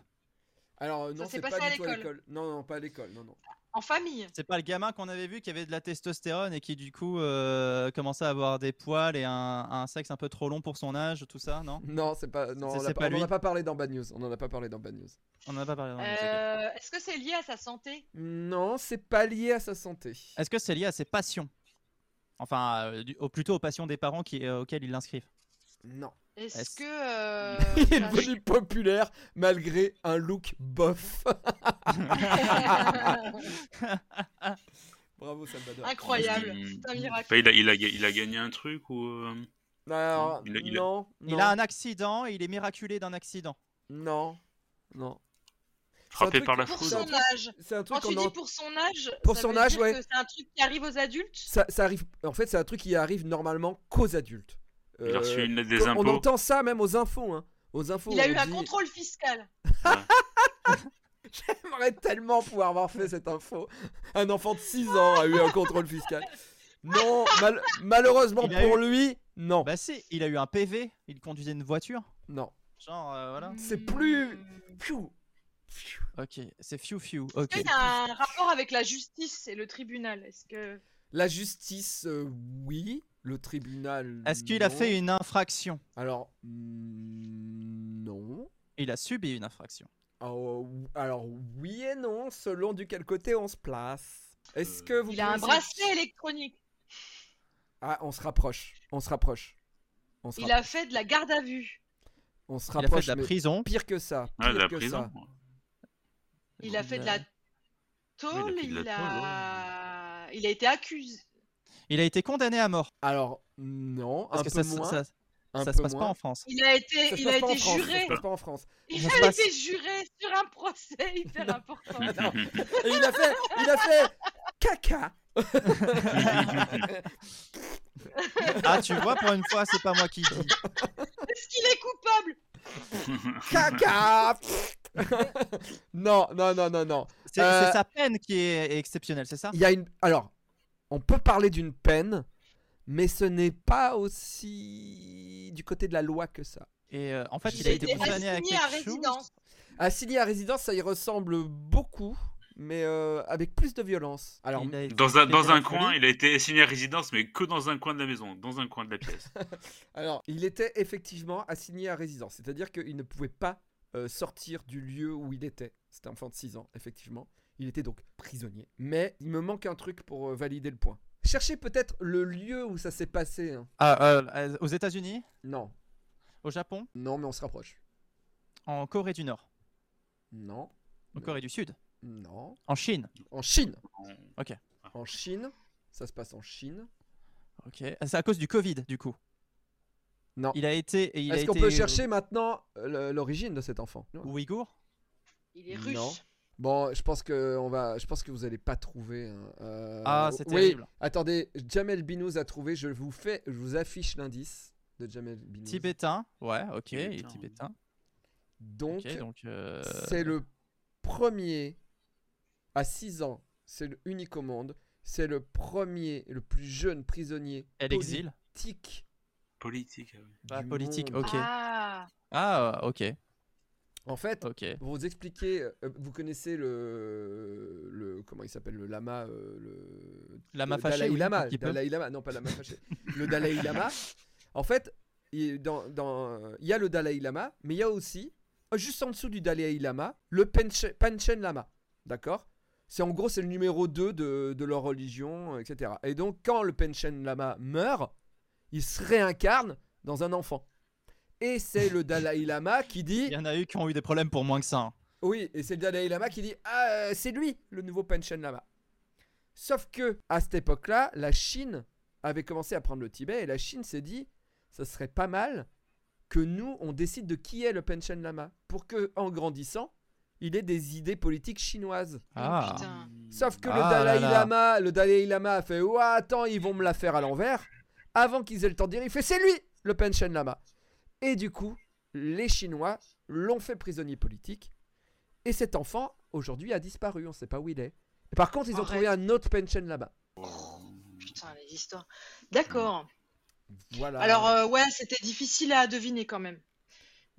Speaker 1: Alors, euh, non,
Speaker 3: s'est
Speaker 1: c'est pas
Speaker 3: passé à
Speaker 1: du tout à
Speaker 3: l'école.
Speaker 1: l'école. Non, non, pas à l'école. Non, non.
Speaker 3: En famille
Speaker 2: C'est pas le gamin qu'on avait vu qui avait de la testostérone et qui du coup euh, commençait à avoir des poils et un, un sexe un peu trop long pour son âge, tout ça, non
Speaker 1: Non, c'est pas. Non,
Speaker 2: C'est-
Speaker 1: on
Speaker 2: c'est
Speaker 1: l'a
Speaker 2: pas
Speaker 1: pas, on en
Speaker 2: lui.
Speaker 1: a pas parlé dans Bad News. On en a pas parlé dans Bad News.
Speaker 2: On n'en a pas parlé. dans le dossier.
Speaker 3: Euh, Est-ce que c'est lié à sa santé
Speaker 1: Non, c'est pas lié à sa santé.
Speaker 2: Est-ce que c'est lié à ses passions Enfin, euh, du- au, plutôt aux passions des parents qui, euh, auxquels ils l'inscrivent.
Speaker 1: Non.
Speaker 3: Est-ce
Speaker 2: Est-ce-
Speaker 3: que. euh,
Speaker 1: Il est
Speaker 3: ça-
Speaker 1: devenu populaire malgré un look bof. Bravo Salvador.
Speaker 3: Incroyable.
Speaker 4: Hmm.
Speaker 3: C'est un miracle.
Speaker 4: Enfin, il, a, il, a, il a gagné un truc ou. euh,
Speaker 1: Alors,
Speaker 4: Il a- il a-
Speaker 1: non, non,
Speaker 2: Il a un accident et il est miraculé d'un accident.
Speaker 1: non, non.
Speaker 4: Frappé
Speaker 1: truc
Speaker 4: par la
Speaker 1: pour
Speaker 3: Pour
Speaker 4: foudre
Speaker 1: ça.
Speaker 3: son âge.
Speaker 1: C'est un
Speaker 3: Quand
Speaker 1: truc
Speaker 3: tu
Speaker 1: qu'on
Speaker 3: dis
Speaker 1: en...
Speaker 3: pour son âge.
Speaker 1: Pour
Speaker 3: ça
Speaker 1: son
Speaker 3: veut
Speaker 1: âge,
Speaker 3: dire
Speaker 1: ouais.
Speaker 3: que C'est un truc qui arrive aux adultes
Speaker 1: ça, ça arrive. En fait, c'est un truc qui arrive normalement qu'aux adultes.
Speaker 4: Il a
Speaker 1: Euh,
Speaker 4: reçu une lettre des
Speaker 1: on-
Speaker 4: impôts.
Speaker 1: On entend ça même aux infos, hein. Aux infos.
Speaker 3: Il a
Speaker 1: on
Speaker 3: eu un
Speaker 1: dit-
Speaker 3: contrôle fiscal.
Speaker 1: J'aimerais tellement pouvoir avoir fait cette info. Un enfant de 6 ans a eu un contrôle fiscal. Non, mal- malheureusement
Speaker 2: Il a
Speaker 1: pour lui, non.
Speaker 2: Bah si, il a eu un PV, il conduisait une voiture.
Speaker 1: Non.
Speaker 2: Genre, euh, voilà.
Speaker 3: Mm.
Speaker 1: C'est plus- Pfiou.
Speaker 2: Ok, c'est fiu fiu. Ok.
Speaker 3: Est-ce qu'il y a un rapport avec la justice et le tribunal Est-ce que.
Speaker 1: La justice, euh, oui. Le tribunal.
Speaker 2: Est-ce qu'il a
Speaker 1: non.
Speaker 2: fait une infraction
Speaker 1: Alors, mm, non.
Speaker 2: Il a subi une infraction.
Speaker 1: Alors, ou- Oh, alors, oui et non, selon du quel côté on se place. Est-ce que vous
Speaker 3: Il a un
Speaker 1: pouvez-
Speaker 3: bracelet électronique.
Speaker 1: Ah, on se rapproche. On se rapproche. On se,
Speaker 3: Il
Speaker 1: rapp-
Speaker 3: a fait de la garde à vue.
Speaker 1: on se
Speaker 2: Il a fait
Speaker 1: rapproche.
Speaker 2: de la
Speaker 1: mais
Speaker 2: prison.
Speaker 1: Pire que ça.
Speaker 4: Ah, de
Speaker 1: pire
Speaker 4: la
Speaker 1: que
Speaker 4: prison.
Speaker 1: ça.
Speaker 3: Il a fait de la tôle.
Speaker 4: il a fait de
Speaker 3: Il
Speaker 4: la
Speaker 3: a. Il a été accusé.
Speaker 2: Il a été condamné à mort.
Speaker 1: Alors, non,
Speaker 2: Parce
Speaker 1: un
Speaker 2: que
Speaker 1: peu
Speaker 2: ça,
Speaker 1: moins.
Speaker 2: ça, ça-
Speaker 1: un
Speaker 2: ça
Speaker 1: peu
Speaker 2: se passe pas
Speaker 1: moins.
Speaker 2: en France.
Speaker 3: Il a
Speaker 1: Ça
Speaker 3: été,
Speaker 1: se
Speaker 3: il
Speaker 1: passe
Speaker 3: a
Speaker 1: pas en
Speaker 3: été
Speaker 1: France,
Speaker 3: juré.
Speaker 1: Ça se passe pas en France.
Speaker 3: Il
Speaker 2: Ça
Speaker 3: a
Speaker 2: se passe-
Speaker 3: été juré sur un procès hyper
Speaker 1: Non.
Speaker 3: important.
Speaker 1: Non. Et il a fait, il a fait caca.
Speaker 2: Ah, tu vois, pour une fois, c'est pas moi qui dis.
Speaker 3: Est-ce qu'il est coupable
Speaker 1: Caca. non, non, non, non, non.
Speaker 2: C'est
Speaker 1: Euh,
Speaker 2: c'est sa peine qui est exceptionnelle, c'est ça
Speaker 1: Il y a une. Alors, on peut parler d'une peine, mais ce n'est pas aussi du côté de la loi que ça.
Speaker 2: Et euh, en fait,
Speaker 1: Je
Speaker 2: il
Speaker 1: sais
Speaker 2: a été
Speaker 1: pas.
Speaker 2: condamné à
Speaker 3: Assigné
Speaker 2: quelque
Speaker 3: à
Speaker 2: chose.
Speaker 3: résidence.
Speaker 1: Assigné à résidence, ça y ressemble beaucoup, mais euh, avec plus de violence. Alors,
Speaker 2: Il a été-
Speaker 4: Dans un,
Speaker 2: il a
Speaker 4: dans
Speaker 2: été
Speaker 4: un
Speaker 2: folie.
Speaker 4: coin, il a été assigné à résidence, mais que dans un coin de la maison, dans un coin de la pièce.
Speaker 1: alors, il était effectivement assigné à résidence, c'est-à-dire qu'il ne pouvait pas euh, sortir du lieu où il était. C'était un enfant de 6 ans, effectivement. Il était donc prisonnier. Mais il me manque un truc pour euh, valider le point. Cherchez peut-être le lieu où ça s'est passé. hein.
Speaker 2: Ah, euh, euh, aux États-Unis,
Speaker 1: Non,
Speaker 2: au Japon,
Speaker 1: non, mais on se rapproche.
Speaker 2: en Corée du Nord,
Speaker 1: Non,
Speaker 2: en
Speaker 1: Non.
Speaker 2: Corée du Sud,
Speaker 1: non.
Speaker 2: en Chine.
Speaker 1: En Chine.
Speaker 2: Ok.
Speaker 1: En Chine. Ça se passe en Chine.
Speaker 2: Ok. Ah, C'est à cause du Covid, du coup.
Speaker 1: Non.
Speaker 2: Il a été. et il a
Speaker 1: Est-ce qu'on
Speaker 2: été,
Speaker 1: peut
Speaker 2: euh,
Speaker 1: chercher maintenant euh, le- l'origine de cet enfant
Speaker 2: Ouïghour
Speaker 3: Il est russe.
Speaker 1: Non. Bon, je pense que on va. Je pense que vous allez pas trouver. hein. Euh,
Speaker 2: Ah, c'est
Speaker 1: oui,
Speaker 2: terrible.
Speaker 1: Attendez, Jamel Binouz a trouvé. Je vous fais, je vous affiche l'indice de Jamel Binouz.
Speaker 2: Tibétain. Ouais, ok, il est
Speaker 4: Tibétain.
Speaker 2: tibétain.
Speaker 1: Donc,
Speaker 2: Ok, donc. euh,
Speaker 1: c'est le premier à 6 ans. C'est le unique au monde. C'est le premier, le plus jeune prisonnier
Speaker 2: Elle exile.
Speaker 1: politique.
Speaker 4: Politique. ah oui.
Speaker 2: Pas
Speaker 1: du
Speaker 2: politique,
Speaker 1: monde.
Speaker 2: ok.
Speaker 3: Ah,
Speaker 2: Ah, ok,
Speaker 1: En fait,
Speaker 2: ok.
Speaker 1: Pour vous expliquer, euh, vous connaissez le, le comment il s'appelle le lama, euh, le
Speaker 2: Lama
Speaker 1: le
Speaker 2: fâché,
Speaker 1: Dalai
Speaker 2: oui, un
Speaker 1: Lama,
Speaker 2: petit peu.
Speaker 1: Dalai Lama, non pas lama fâché, le Dalai Lama. En fait, il, dans, dans- il y a le Dalai Lama, mais il y a aussi euh, juste en dessous du Dalai Lama le Panchen, Panchen Lama, d'accord C'est en gros c'est le numéro 2 de, de leur religion, euh, etc. Et donc quand le Panchen Lama meurt, il se réincarne dans un enfant. Et c'est le Dalai Lama qui dit
Speaker 2: Il y en a eu qui ont eu des problèmes pour moins que ça. hein.
Speaker 1: oui, et c'est le Dalai Lama qui dit Ah, euh, c'est lui, le nouveau Panchen Lama. Sauf que, à cette époque-là, la Chine avait commencé à prendre le Tibet et la Chine s'est dit Ça serait pas mal que nous, on décide de qui est le Panchen Lama pour que, en grandissant, il ait des idées politiques chinoises.
Speaker 2: Ah.
Speaker 3: putain.
Speaker 1: Sauf que
Speaker 2: Ah
Speaker 1: le, Dalai
Speaker 2: là là.
Speaker 1: Lama, le Dalai Lama a fait Ouah, attends, ils vont me la faire à l'envers. Avant qu'ils aient le temps de dire Il fait C'est lui, le Panchen Lama. Et du coup, les Chinois l'ont fait prisonnier politique. Et cet enfant, aujourd'hui, a disparu. On ne sait pas où il est. Par contre, ils ont
Speaker 3: Arrête.
Speaker 1: trouvé un autre pension là-bas.
Speaker 3: Putain, les histoires. D'accord.
Speaker 1: Mmh. Voilà.
Speaker 3: Alors, euh, ouais, c'était difficile à deviner quand même.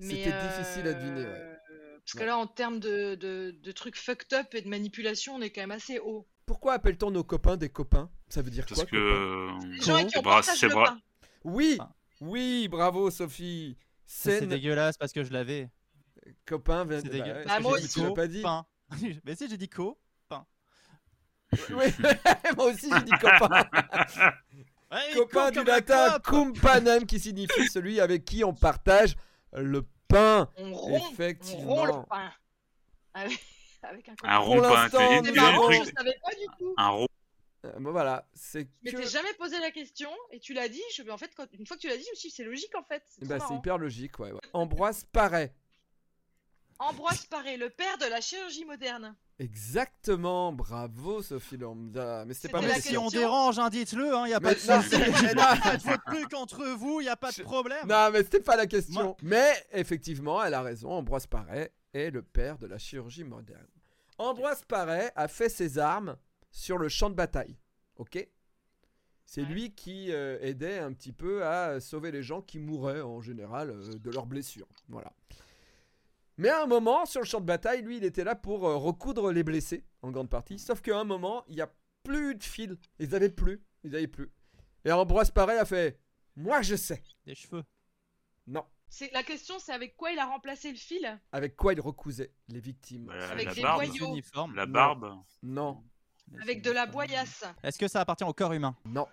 Speaker 3: Mais,
Speaker 1: C'était difficile à deviner, ouais.
Speaker 3: euh, Parce
Speaker 1: Ouais.
Speaker 3: que là, en termes de, de, de trucs fucked up et de manipulation, on est quand même assez haut.
Speaker 1: Pourquoi appelle-t-on nos copains des copains Ça veut dire
Speaker 4: Parce
Speaker 1: quoi copain
Speaker 4: que. euh,
Speaker 3: Les gens à qui
Speaker 4: C'est
Speaker 3: on
Speaker 4: bra-
Speaker 3: partage
Speaker 4: c'est
Speaker 3: le
Speaker 4: bra-
Speaker 3: pain.
Speaker 1: Oui,
Speaker 2: Ah.
Speaker 1: oui, bravo Sophie.
Speaker 2: Ça, C'est
Speaker 1: Scène
Speaker 2: dégueulasse parce que je l'avais.
Speaker 1: copain.
Speaker 2: C'est dégueulasse. parce
Speaker 3: Bah,
Speaker 2: que
Speaker 3: moi
Speaker 2: j'ai
Speaker 1: Tu
Speaker 2: dit
Speaker 3: aussi.
Speaker 1: l'as
Speaker 2: co,
Speaker 1: pas dit.
Speaker 2: pain. Mais si, j'ai dit co.
Speaker 1: Ouais, moi aussi j'ai dit copain.
Speaker 2: Ouais,
Speaker 1: copain
Speaker 2: co
Speaker 1: du
Speaker 2: comme la
Speaker 1: latin
Speaker 2: coop.
Speaker 1: cumpanem qui signifie celui avec qui on partage le pain.
Speaker 3: On rompt, on
Speaker 1: Effectivement.
Speaker 3: rompt le pain. Avec, avec un copain.
Speaker 4: Un rond-point.
Speaker 1: l'instant,
Speaker 4: t'as dit-
Speaker 3: C'est
Speaker 4: tu
Speaker 1: nous
Speaker 4: dis
Speaker 3: marrant,
Speaker 4: le
Speaker 3: je
Speaker 4: truc-
Speaker 3: savais pas du tout.
Speaker 4: Un rond.
Speaker 1: Euh, bon, voilà, c'est
Speaker 3: Je
Speaker 1: que.
Speaker 3: m'étais jamais posé la question et tu l'as dit. Je, mais en fait, quand, une fois que tu l'as dit, je me suis dit, c'est logique en fait. C'est trop
Speaker 1: Bah, c'est
Speaker 3: marrant.
Speaker 1: hyper logique, ouais. ouais. Ambroise Paré.
Speaker 3: Ambroise Paré, le père de la chirurgie moderne.
Speaker 1: Exactement, bravo Sophie Lambda. Mais c'était pas
Speaker 3: C'était
Speaker 1: moi
Speaker 3: la
Speaker 2: Mais
Speaker 1: qui-
Speaker 2: si on
Speaker 3: question.
Speaker 2: dérange, hein, dites-le, hein, y a
Speaker 1: Mais
Speaker 2: pas de
Speaker 1: non,
Speaker 2: souci.
Speaker 1: mais
Speaker 2: Il
Speaker 1: non.
Speaker 2: y a pas de truc entre vous, y a pas de
Speaker 1: Je-
Speaker 2: problème.
Speaker 1: Non, mais c'était pas la question.
Speaker 2: Moi-
Speaker 1: Mais effectivement, elle a raison. Ambroise Paré est le père de la chirurgie moderne. Ambroise Paré a fait ses armes sur le champ de bataille. Ok C'est
Speaker 3: Ouais.
Speaker 1: lui qui euh, aidait un petit peu à euh, sauver les gens qui mouraient en général euh, de leurs blessures. Voilà. Mais à un moment, sur le champ de bataille, lui, il était là pour euh, recoudre les blessés, en grande partie. Sauf qu'à un moment, il n'y a plus de fil. Ils avaient plus. Ils avaient plus. Et Ambroise Paré a fait Moi, je sais.
Speaker 2: Des cheveux.
Speaker 1: Non.
Speaker 3: C'est- La question, c'est avec quoi il a remplacé le fil
Speaker 1: Avec quoi il recousait les victimes
Speaker 4: Bah,
Speaker 3: Avec
Speaker 4: la
Speaker 3: des
Speaker 4: barbe.
Speaker 3: voyous.
Speaker 2: Uniforme.
Speaker 4: La barbe.
Speaker 1: Non,
Speaker 3: Avec de la boyasse.
Speaker 2: Est-ce que ça appartient au corps humain
Speaker 1: non.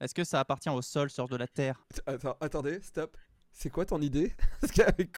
Speaker 2: Est-ce que ça appartient au sol sur de la terre
Speaker 1: T- Attends, attendez, stop. C'est quoi ton idée Parce qu'avec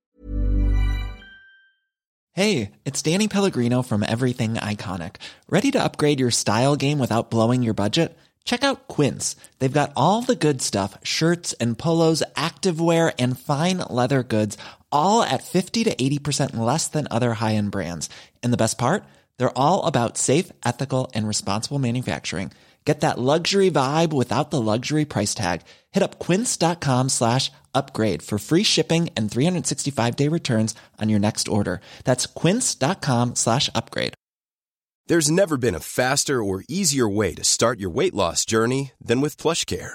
Speaker 5: Hey, it's Danny Pellegrino from Everything Iconic. Ready to upgrade your style game without blowing your budget? Check out Quince. They've got all the good stuff shirts and polos, activewear, and fine leather goods, all at 50 to 80% less than other high end brands. And the best part? They're all about safe, ethical, and responsible manufacturing. Get that luxury vibe without the luxury price tag. Hit up quince.com slash upgrade for free shipping and 365 day returns on your next order. That's quince.com slash upgrade.
Speaker 6: There's never been a faster or easier way to start your weight loss journey than with PlushCare.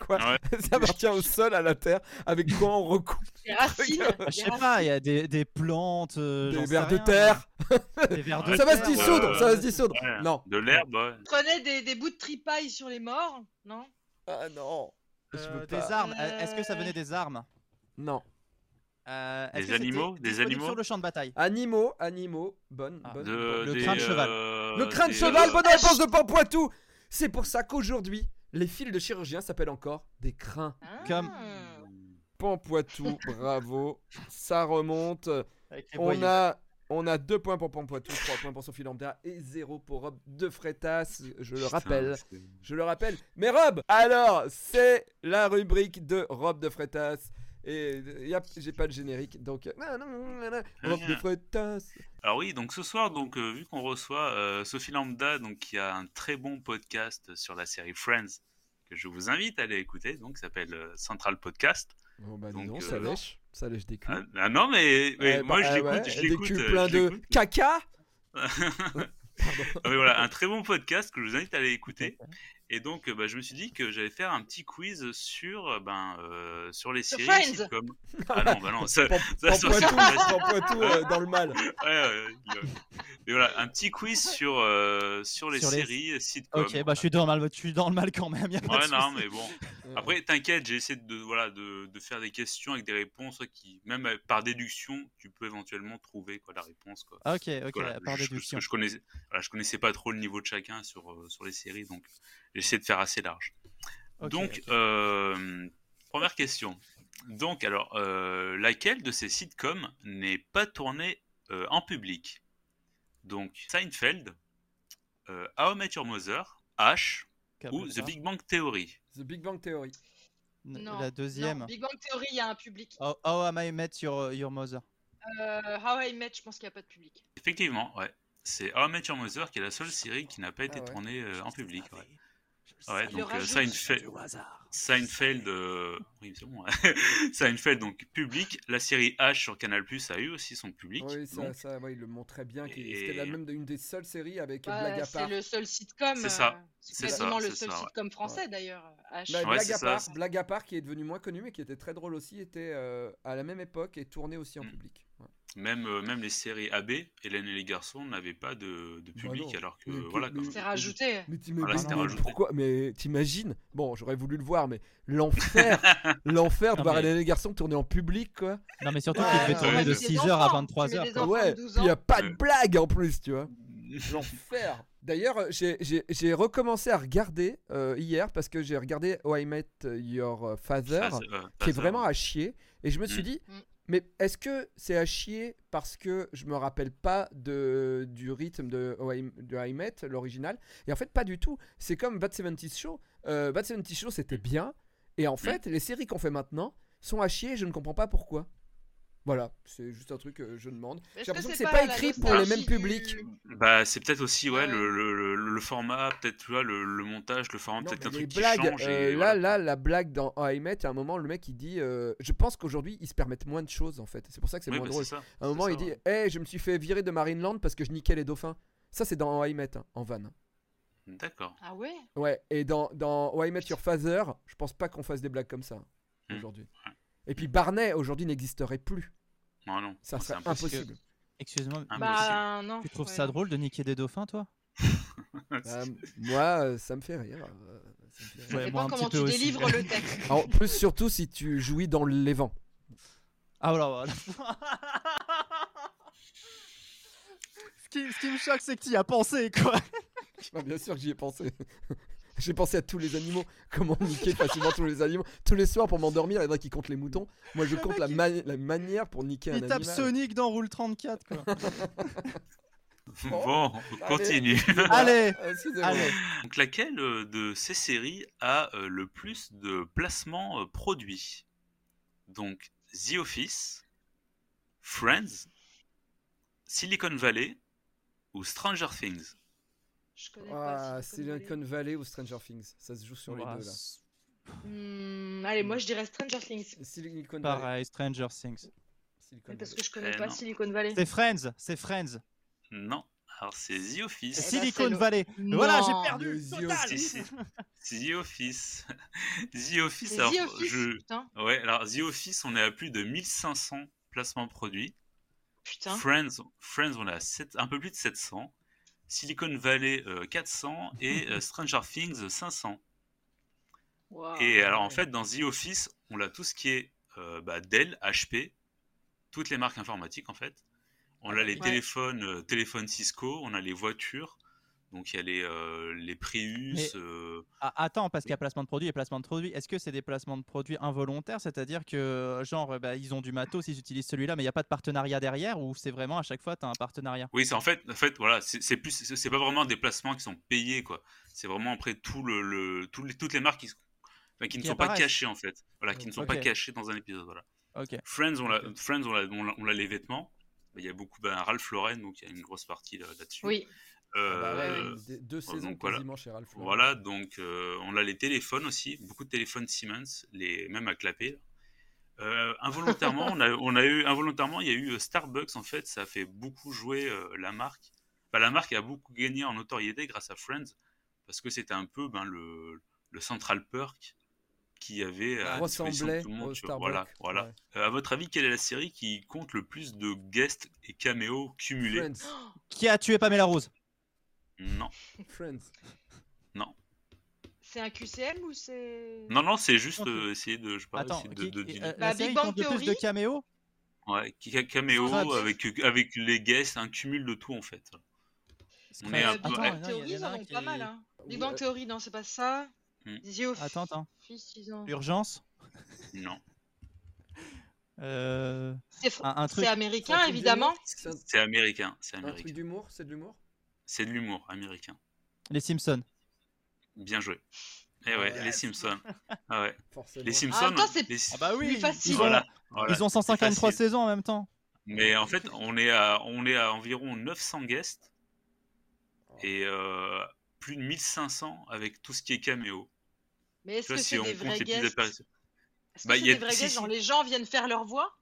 Speaker 1: quoi
Speaker 4: Ah Ouais.
Speaker 1: Ça appartient au sol, à la terre. Avec quoi on recoupe
Speaker 3: Les racines.
Speaker 1: Regarde.
Speaker 2: Ah, Je
Speaker 3: les
Speaker 2: sais
Speaker 3: racines.
Speaker 2: pas, il y a des, des plantes. euh, j'en
Speaker 1: Des
Speaker 2: sais
Speaker 1: vers de
Speaker 2: rien.
Speaker 1: terre
Speaker 2: Des vers de
Speaker 1: Ça va se
Speaker 2: terre,
Speaker 1: dissoudre,
Speaker 2: euh,
Speaker 1: ça va se dissoudre.
Speaker 4: Ouais,
Speaker 1: Non.
Speaker 4: De l'herbe, ouais.
Speaker 3: Prenait des, des bouts de tripaille sur les morts, non
Speaker 1: Ah non. Je
Speaker 2: euh,
Speaker 1: veux
Speaker 2: des
Speaker 1: pas.
Speaker 2: armes. Euh, Est-ce que ça venait des armes
Speaker 1: Non.
Speaker 2: Euh, est-ce
Speaker 4: Des
Speaker 2: que c'était
Speaker 4: animaux Des
Speaker 2: disponible
Speaker 4: animaux
Speaker 2: sur le champ de bataille.
Speaker 1: Animaux, animaux. Bonne,
Speaker 2: Ah.
Speaker 1: bonne.
Speaker 4: De-
Speaker 2: Le
Speaker 4: des,
Speaker 2: crâne cheval.
Speaker 4: euh,
Speaker 1: Le crâne
Speaker 4: des,
Speaker 1: cheval,
Speaker 4: euh,
Speaker 1: bonne réponse de Pampoitou C'est pour ça qu'aujourd'hui, les fils de chirurgien s'appellent encore des crins.
Speaker 3: Ah.
Speaker 2: Comme-
Speaker 1: Pampoitou, bravo. Ça remonte.
Speaker 2: Avec les
Speaker 1: On
Speaker 2: voyous.
Speaker 1: a, on a 2 points pour Pampoitou, 3 points pour Sophie Lambda et 0 pour Rob de Freitas, je le
Speaker 4: putain,
Speaker 1: rappelle.
Speaker 4: c'est-
Speaker 1: Je le rappelle. Mais Rob, alors, c'est la rubrique de Rob de Freitas. Et euh, yap, j'ai pas de générique, donc... euh, Non, non, non, non, Rob
Speaker 4: Ah.
Speaker 1: de Freitas.
Speaker 4: Alors oui, donc ce soir, donc euh, vu qu'on reçoit euh, Sophie Lambda, donc qui a un très bon podcast sur la série Friends, que je vous invite à aller écouter, donc qui s'appelle euh, Central Podcast.
Speaker 1: Bon bah dis
Speaker 4: Donc,
Speaker 1: donc, ça
Speaker 4: euh,
Speaker 1: lèche, ça lèche des culs.
Speaker 4: Ah, ah non mais, mais
Speaker 2: Eh
Speaker 1: Ouais,
Speaker 4: moi
Speaker 1: bah,
Speaker 4: je
Speaker 1: ah
Speaker 4: l'écoute,
Speaker 1: ouais,
Speaker 4: je
Speaker 1: Des
Speaker 4: l'écoute.
Speaker 1: culs
Speaker 4: euh,
Speaker 1: pleins
Speaker 4: je
Speaker 1: de
Speaker 4: l'écoute.
Speaker 1: caca
Speaker 4: Ah oui, voilà, un très bon podcast que je vous invite à aller écouter. Et donc, euh, bah, je me suis dit que j'allais faire un petit quiz sur, euh, ben, euh, sur les
Speaker 3: Sur
Speaker 4: séries.
Speaker 3: Friends.
Speaker 4: sitcoms. Ah non, bah non, ça,
Speaker 1: Pam-
Speaker 4: ça, ça,
Speaker 1: Pampoitou,
Speaker 4: ça-
Speaker 1: Pampoitou euh, dans le mal.
Speaker 4: ouais, ouais, ouais. Mais voilà, un petit quiz sur, euh, sur les
Speaker 2: Sur les-
Speaker 4: séries sitcoms.
Speaker 2: Ok, bah je suis dans le mal, je suis dans le mal quand même. y a pas de
Speaker 4: Ouais, non,
Speaker 2: souci.
Speaker 4: mais bon. Après, t'inquiète, j'ai essayé de, voilà, de, de faire des questions avec des réponses qui, même euh, par déduction, tu peux éventuellement trouver quoi, la réponse. Quoi.
Speaker 2: Ok, ok,
Speaker 4: Voilà,
Speaker 2: par
Speaker 4: je- je-
Speaker 2: déduction.
Speaker 4: parce que Je, connaissais, voilà, je connaissais pas trop le niveau de chacun sur, euh, sur les séries, donc j'ai essayé de faire assez large.
Speaker 2: Ok,
Speaker 4: donc,
Speaker 2: ok.
Speaker 4: euh, première question. Donc, alors, euh, laquelle de ces sitcoms n'est pas tournée euh, en public. Donc Seinfeld, euh, How I Met Your Mother, H ou The Big Bang Theory.
Speaker 1: The Big Bang Theory.
Speaker 3: Non,
Speaker 2: La deuxième.
Speaker 3: Non, Big Bang Theory, il y a un public.
Speaker 2: Oh, oh, am I met your, your mother
Speaker 3: Euh, How I Met, je pense qu'il n'y a pas de public.
Speaker 4: Effectivement, ouais. C'est How I Met Your Mother qui est la seule série qui n'a pas été
Speaker 1: Ah ouais.
Speaker 4: tournée euh, en public. ouais.
Speaker 3: Il
Speaker 4: Ouais,
Speaker 3: le
Speaker 4: donc euh,
Speaker 3: rajoute.
Speaker 4: Seinfeld, Seinfeld, euh, oui, c'est bon. Seinfeld, donc public. La série H sur Canal Plus a eu aussi son public.
Speaker 1: Oui, ça,
Speaker 4: donc,
Speaker 1: ça, ouais, il le montrait bien. qu'il-
Speaker 4: Et-
Speaker 1: C'était la même une des seules séries avec
Speaker 3: Bah,
Speaker 1: blague à
Speaker 3: c'est
Speaker 1: part.
Speaker 3: le seul sitcom.
Speaker 4: C'est ça,
Speaker 3: euh, C'est
Speaker 4: c'est ça,
Speaker 3: quasiment le
Speaker 4: c'est
Speaker 3: seul
Speaker 4: ça, ouais.
Speaker 3: sitcom français d'ailleurs. H.
Speaker 1: Bah,
Speaker 4: Ouais,
Speaker 1: blague,
Speaker 4: c'est
Speaker 1: à
Speaker 4: ça,
Speaker 1: part,
Speaker 4: c'est-
Speaker 1: blague à part, qui est devenu moins connu mais qui était très drôle aussi, était euh, à la même époque et tournée aussi en
Speaker 4: Mm.
Speaker 1: public. Ouais.
Speaker 4: même, euh, même les séries AB, Hélène et les garçons, n'avaient pas de, de
Speaker 1: Bah
Speaker 4: public,
Speaker 1: non.
Speaker 4: alors que
Speaker 1: Mais que-
Speaker 4: voilà.
Speaker 1: mais-
Speaker 4: quand-
Speaker 3: C'est rajouté.
Speaker 1: Mais t'imagines
Speaker 4: Voilà,
Speaker 1: mais
Speaker 4: c'était rajouté.
Speaker 1: pourquoi Mais t'imagines Bon, j'aurais voulu le voir, mais l'enfer, l'enfer de
Speaker 2: Non,
Speaker 1: voir
Speaker 2: mais-
Speaker 1: Hélène et les garçons tourner en public, quoi.
Speaker 2: Non, mais surtout
Speaker 1: Ouais,
Speaker 2: qu'il fait
Speaker 1: ouais,
Speaker 2: tourner
Speaker 4: ouais,
Speaker 2: de
Speaker 3: c'est des
Speaker 2: 6h à
Speaker 3: enfants,
Speaker 2: 23h.
Speaker 3: tu mets des enfants.
Speaker 1: ouais,
Speaker 3: de 12
Speaker 1: il y a pas de
Speaker 4: Ouais.
Speaker 1: blague en plus, tu vois. L'enfer. D'ailleurs, euh, j'ai- j'ai j'ai recommencé à regarder euh, hier parce que j'ai regardé How I Met Your Father,
Speaker 4: Phase- euh,
Speaker 1: qui est
Speaker 4: phase-
Speaker 1: vraiment à chier, et je me suis
Speaker 4: Mm.
Speaker 1: dit.
Speaker 3: Mm.
Speaker 1: Mais est-ce que c'est à chier parce que je me rappelle pas de, du rythme de How I- de How I Met, l'original Et en fait, pas du tout. C'est comme Bad 70 Show. Euh, Bad 70 Show, c'était bien. Et
Speaker 4: Mm.
Speaker 1: en fait, les séries qu'on fait maintenant sont à chier et je ne comprends pas pourquoi. Voilà, c'est juste un truc que je demande. J'ai
Speaker 3: Est-ce
Speaker 1: l'impression que c'est
Speaker 3: c'est pas
Speaker 1: pas
Speaker 3: la
Speaker 1: écrit pour les mêmes
Speaker 3: nostalgie
Speaker 1: publics.
Speaker 3: du-
Speaker 4: Bah, c'est peut-être aussi ouais,
Speaker 3: Ouais.
Speaker 4: le, le- le- le format, peut-être tu vois, le, le montage, le format,
Speaker 1: Non,
Speaker 4: peut-être
Speaker 1: mais
Speaker 4: un
Speaker 1: les
Speaker 4: truc qui
Speaker 1: blagues,
Speaker 4: change.
Speaker 1: euh,
Speaker 4: et
Speaker 1: là,
Speaker 4: voilà.
Speaker 1: là, la blague dans How I Met, à un moment, le mec il dit euh, Je pense qu'aujourd'hui ils se permettent moins de choses en fait. C'est pour ça que c'est
Speaker 4: Oui,
Speaker 1: moins
Speaker 4: bah,
Speaker 1: drôle.
Speaker 4: ça,
Speaker 1: À un moment,
Speaker 4: c'est
Speaker 1: il
Speaker 4: ça,
Speaker 1: dit
Speaker 4: ouais.
Speaker 1: Hé, je me suis fait virer de Marineland parce que je niquais les dauphins. Ça, c'est dans How I Met, hein, en van.
Speaker 4: D'accord.
Speaker 3: Ah ouais
Speaker 1: Ouais, et dans, dans How I Met Your Father, je pense pas qu'on fasse des blagues comme ça hein,
Speaker 4: Mm.
Speaker 1: aujourd'hui. Et puis Barney, aujourd'hui, n'existerait plus.
Speaker 4: Non, non.
Speaker 1: Ça
Speaker 4: Oh, c'est
Speaker 1: serait
Speaker 4: impossible.
Speaker 1: impossible.
Speaker 2: Excuse-moi,
Speaker 4: Ah, moi aussi.
Speaker 3: Bah non.
Speaker 2: tu trouves
Speaker 3: ouais.
Speaker 2: ça drôle de niquer des dauphins, toi
Speaker 3: Ah
Speaker 1: Euh, moi, euh, ça me fait rire. euh, ça me fait rire. Ah,
Speaker 3: Ça
Speaker 2: Ouais,
Speaker 3: dépend
Speaker 2: moi, un
Speaker 3: comment
Speaker 2: petit
Speaker 3: tu
Speaker 2: peu aussi.
Speaker 3: délivres le texte.
Speaker 1: En plus, surtout si tu jouis dans l'évent.
Speaker 2: Ah voilà, voilà. ce, qui, ce qui me choque, c'est que tu y as pensé, quoi.
Speaker 1: Ah, bien sûr que j'y ai pensé. J'ai pensé à tous les animaux, comment niquer facilement tous les animaux. Tous les soirs pour m'endormir, il y en a qui comptent les moutons. Moi je
Speaker 2: Le
Speaker 1: compte
Speaker 2: mec,
Speaker 1: la,
Speaker 2: il-
Speaker 1: ma- la manière pour niquer un
Speaker 2: Il tape
Speaker 1: animal.
Speaker 2: Sonic dans Rule 34, quoi.
Speaker 4: Bon,
Speaker 3: Ah
Speaker 4: on continue.
Speaker 2: Allez
Speaker 4: Euh,
Speaker 1: Ah, excusez-moi.
Speaker 2: Allez
Speaker 4: Donc, laquelle euh, de ces séries a euh, le plus de placements euh, produits Donc, The Office, Friends, Silicon Valley ou Stranger Things
Speaker 3: Je connais
Speaker 1: Ah,
Speaker 3: pas.
Speaker 1: c'est
Speaker 3: Silicon Valley.
Speaker 1: Lincoln Valley ou Stranger Things. Ça se joue sur les deux là.
Speaker 3: Hmm, allez, moi je dirais Stranger Things.
Speaker 1: Silicon Valley.
Speaker 2: Pareil, Stranger Things.
Speaker 1: Silicon
Speaker 3: Mais Parce
Speaker 1: Valley.
Speaker 3: que je connais
Speaker 4: Eh
Speaker 3: pas
Speaker 4: non.
Speaker 3: Silicon Valley.
Speaker 2: C'est Friends, c'est Friends.
Speaker 4: Non. Alors, c'est The
Speaker 2: C'est
Speaker 4: Office.
Speaker 3: Eh ben, c'est
Speaker 2: Silicon
Speaker 3: le-
Speaker 2: Valley.
Speaker 3: Non.
Speaker 2: Voilà, j'ai perdu.
Speaker 1: Le
Speaker 2: Total.
Speaker 4: Si, si. The Office. The Office,
Speaker 3: C'est
Speaker 4: alors,
Speaker 3: The Office,
Speaker 4: je...
Speaker 3: putain.
Speaker 4: Ouais, alors The Office, on est à plus de 1500 placements produits.
Speaker 3: Putain.
Speaker 4: Friends, Friends, on est à sept- un peu plus de 700. Silicon Valley, euh, 400. Et euh, Stranger Things, 500.
Speaker 3: Wow.
Speaker 4: Et alors, en fait, dans The Office, on a tout ce qui est euh, bah, Dell, HP, toutes les marques informatiques, en fait. On a les
Speaker 3: Ouais.
Speaker 4: téléphones, euh, téléphones Cisco, on a les voitures. Donc, il y a les, euh, les Prius.
Speaker 2: Mais-
Speaker 4: euh,
Speaker 2: Ah, attends, parce qu'il y a placement de produit et placement de produit. Est-ce que c'est des placements de produits involontaires C'est-à-dire que, genre, bah, ils ont du matos, ils utilisent celui-là, mais il n'y a pas de partenariat derrière Ou c'est vraiment à chaque fois, tu as un partenariat
Speaker 4: Oui, c'est en fait, en fait, voilà, c'est c'est plus, c'est c'est pas vraiment des placements qui sont payés, quoi. C'est vraiment après tout le, le- tout les- toutes les marques qui, sont- enfin, qui ne
Speaker 2: Qui
Speaker 4: sont pas
Speaker 2: apparaissent.
Speaker 4: cachées en fait, voilà, qui ne sont pas
Speaker 2: Ok.
Speaker 4: cachées dans un épisode. Voilà.
Speaker 2: Ok.
Speaker 4: Friends, on l'a, Friends, on l'a, on l'a- on l'a les vêtements. Il y a beaucoup, ben, Ralph Lauren, donc il y a une grosse partie là- là-dessus.
Speaker 3: Oui.
Speaker 4: Euh, oh,
Speaker 1: Ah bah ouais,
Speaker 3: Euh,
Speaker 1: des- deux
Speaker 4: donc
Speaker 1: saisons
Speaker 4: voilà.
Speaker 1: quasiment chez Ralph. Lauren.
Speaker 4: Voilà, donc euh, on a les téléphones aussi, beaucoup de téléphones Siemens, les même à clapper. là. Euh, involontairement, on a, on a eu involontairement, il y a eu euh, Starbucks en fait, ça a fait beaucoup jouer euh, la marque. Bah, la marque a beaucoup gagné en notoriété grâce à Friends parce que c'était un peu ben, le, le Central Perk qui avait à disposition de
Speaker 1: ressemblait
Speaker 4: tout le monde.
Speaker 1: au
Speaker 4: tu
Speaker 1: Starbucks.
Speaker 4: vois. Voilà, voilà.
Speaker 1: Ouais.
Speaker 4: Euh, à votre avis, quelle est la série qui compte le plus de guests et caméos cumulés
Speaker 1: Friends.
Speaker 2: Qui a tué Pamela Rose
Speaker 4: Non,
Speaker 1: Friends.
Speaker 3: C'est un QCM ou c'est.
Speaker 4: non, non, c'est juste
Speaker 2: Ok.
Speaker 4: euh, essayer de, je sais pas,
Speaker 2: Attends,
Speaker 4: essayer de-
Speaker 2: qui-
Speaker 4: de-
Speaker 2: qui-
Speaker 4: de-
Speaker 2: euh,
Speaker 3: Bah,
Speaker 2: la
Speaker 3: Big
Speaker 2: série
Speaker 3: Bang
Speaker 2: compte le plus de
Speaker 3: Theory.
Speaker 2: caméos
Speaker 4: Ouais, qui a caméo
Speaker 3: Scrubs.
Speaker 4: avec, avec les guests, un cumul de tout en fait. On est
Speaker 3: Euh,
Speaker 4: un
Speaker 3: Big
Speaker 4: peu-
Speaker 3: Bang
Speaker 4: ouais.
Speaker 2: Attends, non, il
Speaker 3: Theory,
Speaker 2: y
Speaker 3: ils
Speaker 2: en a
Speaker 3: en
Speaker 2: un
Speaker 3: ont
Speaker 2: qui-
Speaker 3: pas mal. Hein. Big
Speaker 1: Ouais.
Speaker 3: Bang Theory, non, c'est pas ça.
Speaker 4: Hmm.
Speaker 3: The Office,
Speaker 2: Attends, attends.
Speaker 3: ils ont.
Speaker 2: Urgence
Speaker 4: Non.
Speaker 2: Euh,
Speaker 3: C'est fr-
Speaker 2: un, un
Speaker 3: c'est
Speaker 2: truc.
Speaker 1: C'est un
Speaker 3: américain,
Speaker 1: truc
Speaker 3: évidemment.
Speaker 1: d'humour C'est un-
Speaker 4: C'est américain, c'est
Speaker 1: un truc
Speaker 4: américain.
Speaker 1: d'humour C'est de l'humour
Speaker 4: C'est de l'humour américain.
Speaker 2: Les Simpsons.
Speaker 4: Bien joué. Eh ouais,
Speaker 1: Yes.
Speaker 4: les Simpsons. Ah ouais.
Speaker 1: Forcément.
Speaker 4: Les Simpsons.
Speaker 3: même temps, c'est-
Speaker 4: les-
Speaker 2: Ah bah oui.
Speaker 3: Plus
Speaker 2: ils-
Speaker 3: facile.
Speaker 2: Ils ont,
Speaker 4: Voilà. voilà,
Speaker 2: ils ont
Speaker 4: c'est
Speaker 2: 153
Speaker 4: facile.
Speaker 2: saisons en même temps.
Speaker 4: Mais en fait, on est à, on est à environ 900 guests et euh, plus de 1500 avec tout ce qui est caméo.
Speaker 3: Mais est-ce
Speaker 4: Tu vois,
Speaker 3: que
Speaker 4: si
Speaker 3: c'est
Speaker 4: on
Speaker 3: des
Speaker 4: compte
Speaker 3: vrais
Speaker 4: les petites
Speaker 3: guests
Speaker 4: apparitions.
Speaker 3: Est-ce
Speaker 4: Bah,
Speaker 3: que c'est
Speaker 4: y a-
Speaker 3: des vrais
Speaker 4: si,
Speaker 3: guests
Speaker 4: si.
Speaker 3: Genre les gens viennent faire leur voix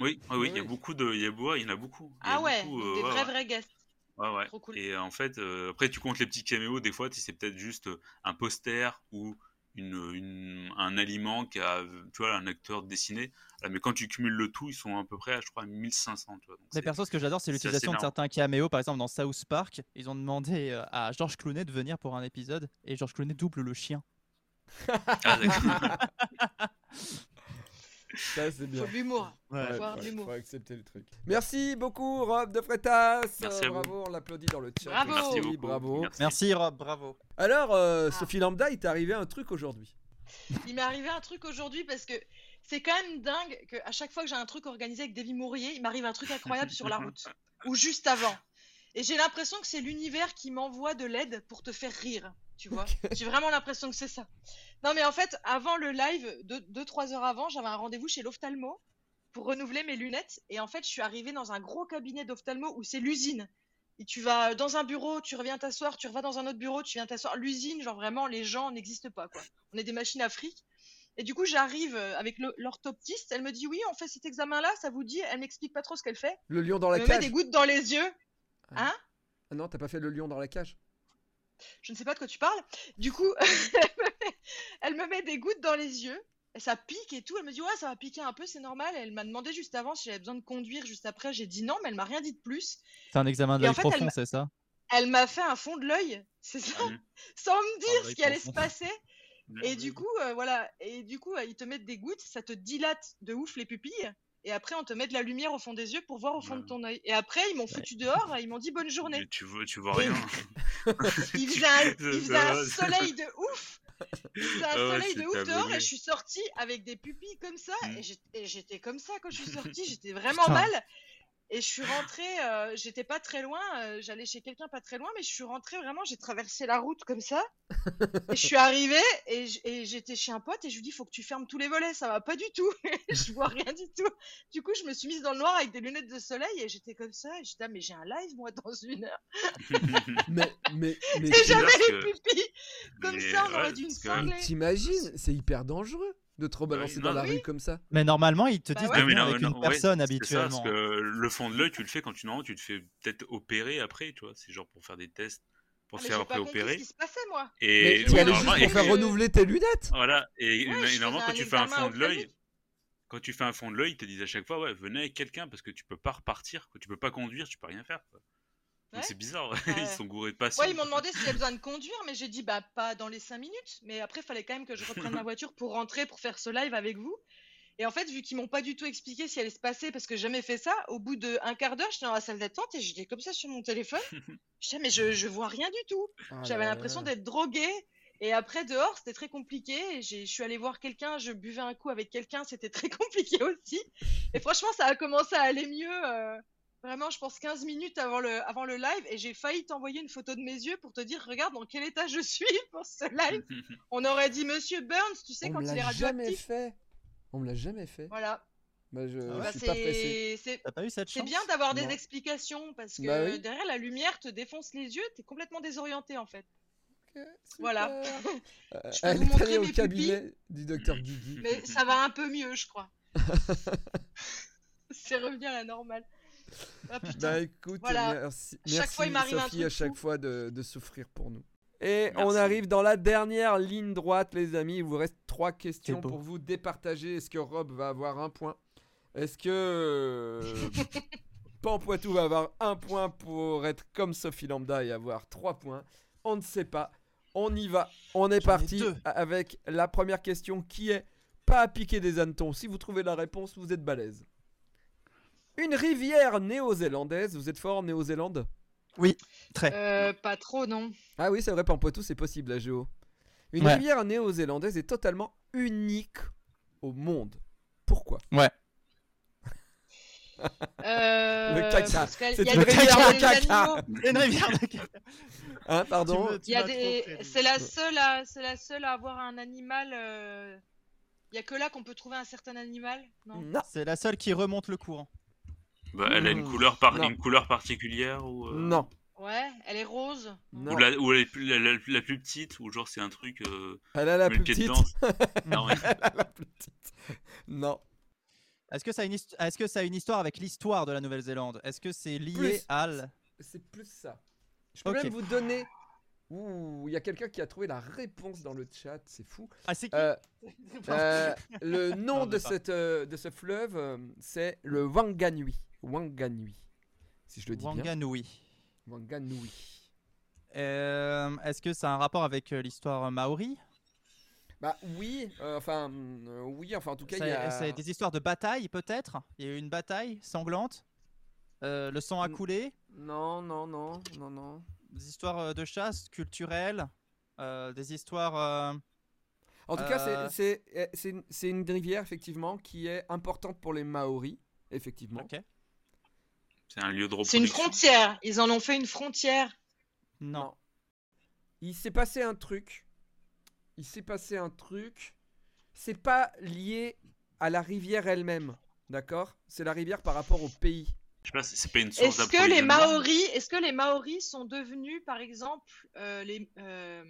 Speaker 4: Oui, oui, oui, il y a
Speaker 1: Oui.
Speaker 4: beaucoup de, il y a, beau- il y en a beaucoup. Il y a
Speaker 3: Ah ouais,
Speaker 4: beaucoup, euh,
Speaker 3: des
Speaker 4: ouais,
Speaker 3: vrais
Speaker 4: ouais.
Speaker 3: vrais guests.
Speaker 4: Ouais, ouais.
Speaker 3: Trop cool.
Speaker 4: Et euh, en fait, euh, après, tu comptes les petits caméos. Des fois, tu- c'est peut-être juste euh, un poster ou une, une- un aliment qui a, tu vois, un acteur dessiné. Ah, Mais quand tu cumules le tout, ils sont à peu près, à, je crois, 1500. Tu vois. Donc,
Speaker 2: Mais
Speaker 4: c'est-
Speaker 2: perso, ce que j'adore, c'est
Speaker 4: c'est
Speaker 2: l'utilisation
Speaker 4: assez
Speaker 2: de certains caméos. Par exemple, dans South Park, ils ont demandé euh, à George Clooney de venir pour un épisode et George Clooney double le chien.
Speaker 4: Ah, d'accord.
Speaker 1: Ça, c'est bien.
Speaker 3: Faut de l'humour.
Speaker 1: Ouais,
Speaker 3: faut avoir
Speaker 1: ouais,
Speaker 3: de l'humour.
Speaker 1: faut accepter le truc. Merci beaucoup, Rob de Fretas.
Speaker 4: Merci
Speaker 1: Euh,
Speaker 4: à vous.
Speaker 1: Bravo, on l'applaudit dans le chat.
Speaker 3: Bravo.
Speaker 1: aussi,
Speaker 4: Merci beaucoup.
Speaker 1: bravo.
Speaker 2: Merci Rob, bravo.
Speaker 1: Alors, euh,
Speaker 3: Ah.
Speaker 1: Sophie Lambda, il t'est arrivé un truc aujourd'hui.
Speaker 3: Il m'est arrivé un truc aujourd'hui parce que c'est quand même dingue que à chaque fois que j'ai un truc organisé avec Davy Mourier, il m'arrive un truc incroyable sur la route ou juste avant. Et j'ai l'impression que c'est l'univers qui m'envoie de l'aide pour te faire rire. Tu vois, j'ai vraiment l'impression que c'est ça. Non, mais en fait, avant le live, 2-3 heures avant, j'avais un rendez-vous chez l'ophtalmo pour renouveler mes lunettes. Et en fait, je suis arrivée dans un gros cabinet d'ophtalmo où c'est l'usine. Et tu vas dans un bureau, tu reviens t'asseoir, tu revas dans un autre bureau, tu viens t'asseoir. L'usine, genre vraiment, les gens n'existent pas, quoi. On est des machines à fric. Et du coup, j'arrive euh, avec le- l'orthoptiste. Elle me dit oui, on fait cet examen-là, ça vous dit Elle m'explique pas trop ce qu'elle fait.
Speaker 1: Le lion dans la
Speaker 3: Elle me met
Speaker 1: cage.
Speaker 3: des gouttes dans les yeux.
Speaker 1: Ah non, t'as pas fait le lion dans la cage.
Speaker 3: Je ne sais pas de quoi tu parles. Du coup, elle me met- elle me met des gouttes dans les yeux. Et ça pique et tout. Elle me dit ouais, ça va piquer un peu, c'est normal. Elle m'a demandé juste avant si j'avais besoin de conduire. Juste après, j'ai dit non, mais elle m'a rien dit de plus.
Speaker 2: C'est un examen de
Speaker 3: Et en
Speaker 2: l'œil
Speaker 3: fait, elle
Speaker 2: profond,
Speaker 3: m'a-
Speaker 2: c'est ça
Speaker 3: Elle m'a fait un fond de l'œil, c'est ça,
Speaker 4: Ah oui.
Speaker 3: sans me dire
Speaker 2: Mmh. Ah,
Speaker 3: ce
Speaker 2: oui,
Speaker 3: qui allait
Speaker 2: pour-
Speaker 3: se passer. Et
Speaker 4: Oui,
Speaker 3: du
Speaker 4: oui.
Speaker 3: coup, euh, voilà. Et du coup, euh, ils te mettent des gouttes, ça te dilate de ouf les pupilles. Et après, on te met de la lumière au fond des yeux pour voir au fond de
Speaker 4: Ouais.
Speaker 3: ton œil. Et après, ils m'ont foutu dehors, et ils m'ont dit bonne journée.
Speaker 4: Tu- Tu vois, tu vois rien.
Speaker 3: Il
Speaker 4: Tu-
Speaker 3: faisait un, il
Speaker 4: ça- ça
Speaker 3: faisait un
Speaker 4: va, c'est-
Speaker 3: soleil de ouf. Il faisait un
Speaker 4: Ah ouais,
Speaker 3: soleil de
Speaker 4: c'est
Speaker 3: ouf dehors
Speaker 4: abonné.
Speaker 3: et je suis sortie avec des pupilles comme ça.
Speaker 4: Mm.
Speaker 3: Et j'ét- Et j'étais comme ça quand je suis sortie. J'étais vraiment
Speaker 2: Putain.
Speaker 3: mal. Et je suis rentrée, euh, j'étais pas très loin, euh, j'allais chez quelqu'un pas très loin, mais je suis rentrée vraiment, j'ai traversé la route comme ça. et je suis arrivée et j- et j'étais chez un pote et je lui dis faut que tu fermes tous les volets, ça va pas du tout. je vois rien du tout. Du coup, je me suis mise dans le noir avec des lunettes de soleil et j'étais comme ça. Et j'étais ah, mais j'ai un live moi dans une heure.
Speaker 1: Mais, mais, mais
Speaker 3: Et
Speaker 4: bizarre
Speaker 3: j'avais les
Speaker 4: que-
Speaker 3: pupilles. Comme
Speaker 4: Mais,
Speaker 3: ça, on aurait
Speaker 4: ouais,
Speaker 3: dû me
Speaker 4: parce que-
Speaker 3: cingler.
Speaker 1: t'imagines, c'est hyper dangereux de trop balancer
Speaker 4: non,
Speaker 1: dans la
Speaker 3: Euh, oui.
Speaker 1: rue comme ça.
Speaker 2: Mais normalement, ils te
Speaker 3: Bah
Speaker 2: disent
Speaker 3: ouais.
Speaker 2: de
Speaker 4: Non, mais
Speaker 2: venir
Speaker 4: non,
Speaker 2: avec
Speaker 4: non,
Speaker 2: une
Speaker 4: ouais,
Speaker 2: personne
Speaker 4: c'est ça, parce
Speaker 2: habituellement.
Speaker 4: que le fond de l'œil, tu le fais quand tu normalement, tu te fais peut-être opérer après, tu vois. C'est genre pour faire des tests,
Speaker 3: Ah,
Speaker 4: pour
Speaker 3: mais
Speaker 4: se faire
Speaker 3: j'ai pas
Speaker 4: après
Speaker 3: compris ce
Speaker 4: opérer.
Speaker 3: qui se passait moi.
Speaker 1: Mais
Speaker 4: Et
Speaker 1: tu
Speaker 4: oui,
Speaker 1: allais juste
Speaker 4: normalement,
Speaker 1: pour
Speaker 4: et-
Speaker 1: faire
Speaker 3: que-
Speaker 1: renouveler tes lunettes.
Speaker 4: Voilà, et
Speaker 3: Ouais,
Speaker 4: et-
Speaker 3: je
Speaker 4: normalement,
Speaker 3: faisais
Speaker 4: quand
Speaker 3: un
Speaker 4: tu fais un
Speaker 3: examen
Speaker 4: fond de l'œil,
Speaker 3: ophtalmique.
Speaker 4: quand tu fais un fond de l'œil, ils te disent à chaque fois, ouais, venez avec quelqu'un parce que tu peux pas repartir, quoi. tu peux pas conduire, tu peux rien faire. quoi. Donc
Speaker 3: Ouais.
Speaker 4: c'est bizarre,
Speaker 3: ouais.
Speaker 4: ils sont gourés de patience.
Speaker 3: Ouais, ils m'ont demandé s'il y avait besoin de conduire, mais j'ai dit bah pas dans les 5 minutes. Mais après, il fallait quand même que je reprenne ma voiture pour rentrer pour faire ce live avec vous. Et en fait, vu qu'ils m'ont pas du tout expliqué si allait se passer parce que j'ai jamais fait ça, au bout d'un quart d'heure, j'étais dans la salle d'attente et j'étais comme ça sur mon téléphone. Je disais mais je, je vois rien du tout.
Speaker 1: Ah
Speaker 3: J'avais
Speaker 1: là
Speaker 3: l'impression
Speaker 1: là.
Speaker 3: d'être droguée. Et après, dehors, c'était très compliqué. Et j'ai- Je suis allée voir quelqu'un, je buvais un coup avec quelqu'un, c'était très compliqué aussi. Et franchement, ça a commencé à aller mieux. euh, vraiment, je pense 15 minutes avant le, avant le live. Et j'ai failli t'envoyer une photo de mes yeux pour te dire, regarde dans quel état je suis pour ce live. On aurait dit, monsieur Burns, tu sais,
Speaker 1: On
Speaker 3: quand
Speaker 1: me
Speaker 3: il est
Speaker 1: l'a jamais
Speaker 3: radioactif.
Speaker 1: fait. On me l'a jamais fait.
Speaker 3: Voilà.
Speaker 1: Bah, je,
Speaker 2: Ah
Speaker 3: Et
Speaker 1: je
Speaker 3: bah,
Speaker 1: suis pas pressé.
Speaker 3: c'est- c'est-
Speaker 2: T'as pas eu cette chance
Speaker 3: c'est bien d'avoir
Speaker 1: Non.
Speaker 3: des explications parce que
Speaker 1: Bah oui.
Speaker 3: derrière la lumière te défonce les yeux, t'es complètement désorienté en fait.
Speaker 1: Ok,
Speaker 3: Voilà.
Speaker 1: super. Euh,
Speaker 3: Je peux
Speaker 1: Elle
Speaker 3: vous
Speaker 1: est
Speaker 3: montrer
Speaker 1: allée au
Speaker 3: mes pupilles.
Speaker 1: cabinet du docteur Guigui.
Speaker 3: Mais ça va un peu mieux, je crois. C'est revenu à la normale. Ah putain.
Speaker 1: Bah écoute,
Speaker 3: Voilà.
Speaker 1: merci,
Speaker 3: Chaque
Speaker 1: merci,
Speaker 3: fois, il m'arrive un
Speaker 1: Sophie
Speaker 3: truc
Speaker 1: à chaque
Speaker 3: fou.
Speaker 1: fois de, de souffrir pour nous. Et on
Speaker 4: Merci.
Speaker 1: arrive dans la dernière ligne droite, les amis. Il vous reste trois questions
Speaker 2: C'est beau.
Speaker 1: pour vous départager. Est-ce que Rob va avoir un point Est-ce que euh, Pampoitou va avoir un point pour être comme Sophie Lambda et avoir trois points On ne sait pas. On y va. On est parti
Speaker 2: deux.
Speaker 1: avec la première question qui est pas à piquer des hannetons. Si vous trouvez la réponse, vous êtes balèze. Une rivière néo-zélandaise. Vous êtes fort en Néo-Zélande
Speaker 2: Très.
Speaker 3: Euh, pas trop, non.
Speaker 1: Ah oui, c'est vrai, en Poitou, c'est possible, la géo. Une
Speaker 2: Ouais.
Speaker 1: rivière néo-zélandaise est totalement unique au monde. Pourquoi
Speaker 3: Euh,
Speaker 1: Le caca.
Speaker 3: parce que
Speaker 1: C'est
Speaker 3: il y a
Speaker 1: une
Speaker 3: des-
Speaker 1: rivière
Speaker 3: il y a
Speaker 1: de
Speaker 3: des
Speaker 1: caca.
Speaker 3: animaux.
Speaker 2: Il y a une rivière de caca.
Speaker 1: Hein, pardon
Speaker 2: Tu me- tu
Speaker 3: Il y a
Speaker 2: m'as
Speaker 3: des-
Speaker 2: trop fait,
Speaker 3: C'est la seule à, c'est la seule à avoir un animal. euh, Il y a que là qu'on peut trouver un certain animal. Non.
Speaker 1: Non.
Speaker 2: C'est la seule qui remonte le courant.
Speaker 4: Bah, elle a une
Speaker 1: Hmm.
Speaker 4: couleur, par...
Speaker 1: Non.
Speaker 4: une couleur particulière ou, euh,
Speaker 1: Non.
Speaker 3: Ouais, elle est rose.
Speaker 1: Non.
Speaker 4: ou, la, ou elle est plus- la, la- la plus petite ou genre c'est un truc. euh,
Speaker 1: Elle a la
Speaker 4: mets le
Speaker 1: plus
Speaker 4: pied
Speaker 1: petite.
Speaker 4: dedans. Non, Ah ouais.
Speaker 1: Elle a la plus petite. Non.
Speaker 2: Est-ce que, ça a une hist- Est-ce que ça a une histoire avec l'histoire de la Nouvelle-Zélande Est-ce que c'est lié
Speaker 1: Plus.
Speaker 2: à. l-
Speaker 1: C'est plus ça. Je peux
Speaker 2: Ok.
Speaker 1: même vous donner. Ouh, il y a quelqu'un qui a trouvé la réponse dans le chat, c'est fou.
Speaker 2: Ah, c'est qui
Speaker 1: Euh, euh, le nom
Speaker 2: Non,
Speaker 1: de,
Speaker 2: je sais pas.
Speaker 1: cette, euh, de ce fleuve, euh, c'est le Wanganui. Wanganui. Si je le dis bien.
Speaker 2: Wanganui.
Speaker 1: Wanganui.
Speaker 2: Euh, Est-ce que ça a un rapport avec euh, l'histoire maori
Speaker 1: Bah oui, euh, enfin euh, oui, enfin en tout cas il y
Speaker 2: C'est
Speaker 1: a.
Speaker 2: c'est des histoires de bataille, peut-être Il y a eu une bataille sanglante Euh, Le sang a
Speaker 1: Mm.
Speaker 2: coulé
Speaker 1: Non, non, non, non, non.
Speaker 2: Des histoires euh, de chasse culturelles euh, Des histoires. euh,
Speaker 1: En tout cas,
Speaker 2: Euh.
Speaker 1: c'est- c'est euh, c'est une- c'est une rivière effectivement qui est importante pour les Maoris, effectivement.
Speaker 2: Ok.
Speaker 4: C'est un lieu de
Speaker 3: C'est une
Speaker 4: reproduction.
Speaker 3: frontière. Ils en ont fait une frontière.
Speaker 2: Non.
Speaker 1: Il s'est passé un truc. Il s'est passé un truc. C'est pas lié à la rivière elle-même, d'accord C'est la rivière par rapport au pays.
Speaker 4: Je sais pas, c'est c'est pas une source
Speaker 3: Est-ce que les
Speaker 4: d'approvisionnement.
Speaker 3: Maoris, est-ce que les Maoris sont devenus, par exemple, euh, les, euh,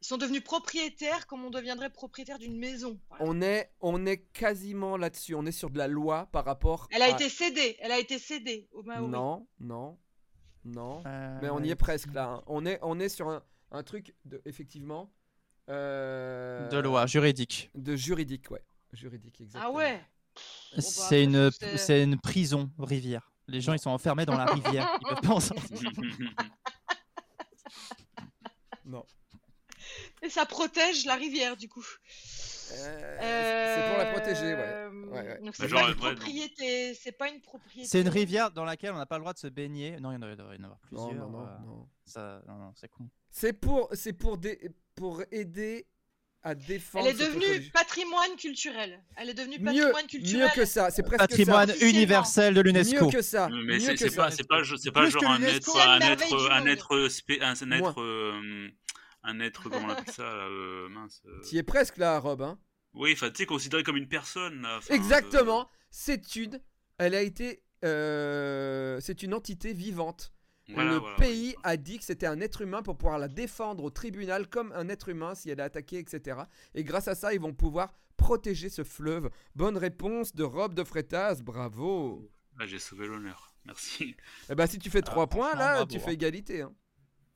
Speaker 3: ils sont devenus propriétaires comme on deviendrait propriétaire d'une maison. par exemple.
Speaker 1: On est, on est quasiment là-dessus. On est sur de la loi par rapport.
Speaker 3: Elle a
Speaker 1: à-
Speaker 3: été cédée. Elle a été cédée aux Maoris.
Speaker 1: Ah.
Speaker 3: Ah
Speaker 1: Non, non, non.
Speaker 2: Euh,
Speaker 1: Mais on y est presque là. hein. On est, on est sur un, un truc de, effectivement. euh,
Speaker 2: De loi juridique.
Speaker 1: De juridique, ouais. Juridique, exactement.
Speaker 3: Ah ouais. bah,
Speaker 2: c'est une,
Speaker 3: c'est-
Speaker 2: c'est une prison rivière. Les gens ils sont enfermés dans la rivière. Ils peuvent pas en sortir.
Speaker 1: Non.
Speaker 3: Et ça protège la rivière du coup.
Speaker 1: Euh, C'est pour la protéger, ouais. Ouais, ouais.
Speaker 3: Donc
Speaker 4: Bah,
Speaker 3: c'est
Speaker 4: genre,
Speaker 3: pas
Speaker 4: elle
Speaker 3: une
Speaker 4: brûle, non
Speaker 3: propriété, c'est pas une propriété.
Speaker 2: C'est une rivière dans laquelle on n'a pas le droit de se baigner. Non, il y en a- il doit y en avoir
Speaker 1: Non,
Speaker 2: plusieurs.
Speaker 1: non, non,
Speaker 2: euh,
Speaker 1: non.
Speaker 2: ça- non, non, c'est con.
Speaker 1: C'est pour, c'est pour, dé- pour aider à défendre.
Speaker 3: Elle est
Speaker 1: cette
Speaker 3: devenue
Speaker 1: écologie.
Speaker 3: patrimoine culturel. Elle est devenue
Speaker 1: mieux,
Speaker 3: patrimoine
Speaker 1: mieux
Speaker 3: culturel.
Speaker 1: que ça. C'est presque
Speaker 2: Patrimoine
Speaker 3: officiellement.
Speaker 2: universel de
Speaker 1: ça. Mieux
Speaker 2: l'UNESCO.
Speaker 1: que ça.
Speaker 4: Mais
Speaker 1: Ah, Mieux
Speaker 4: c'est
Speaker 1: que
Speaker 4: c'est pas,
Speaker 1: ça.
Speaker 4: c'est pas, c'est pas
Speaker 2: Plus
Speaker 4: genre
Speaker 2: que
Speaker 4: un
Speaker 2: l'UNESCO,
Speaker 4: être,
Speaker 3: la
Speaker 4: un
Speaker 3: merveille
Speaker 4: être,
Speaker 3: du
Speaker 4: un
Speaker 3: monde.
Speaker 4: être, spé- un, un
Speaker 1: Moins.
Speaker 4: être, euh, un être, comment on appelle ça, là, euh, mince. euh,
Speaker 1: Tu es presque là, Rob. hein.
Speaker 4: Oui, enfin, tu sais, considéré comme une personne. là, enfin,
Speaker 1: Exactement.
Speaker 4: euh,
Speaker 1: C'est une. Elle a été. euh, C'est une entité vivante.
Speaker 4: euh, voilà,
Speaker 1: le
Speaker 4: voilà, oui.
Speaker 1: pays a dit que c'était un être humain pour pouvoir la défendre au tribunal comme un être humain si elle est attaquée, etc. Et grâce à ça, ils vont pouvoir protéger ce fleuve. Bonne réponse de Rob de Frétas, bravo.
Speaker 4: Ah, J'ai sauvé l'honneur. Merci.
Speaker 1: Eh bah si tu
Speaker 4: Ah,
Speaker 1: fais 3 points
Speaker 2: franchement,
Speaker 1: là,
Speaker 2: bravo,
Speaker 1: tu
Speaker 2: hein.
Speaker 1: fais égalité. hein.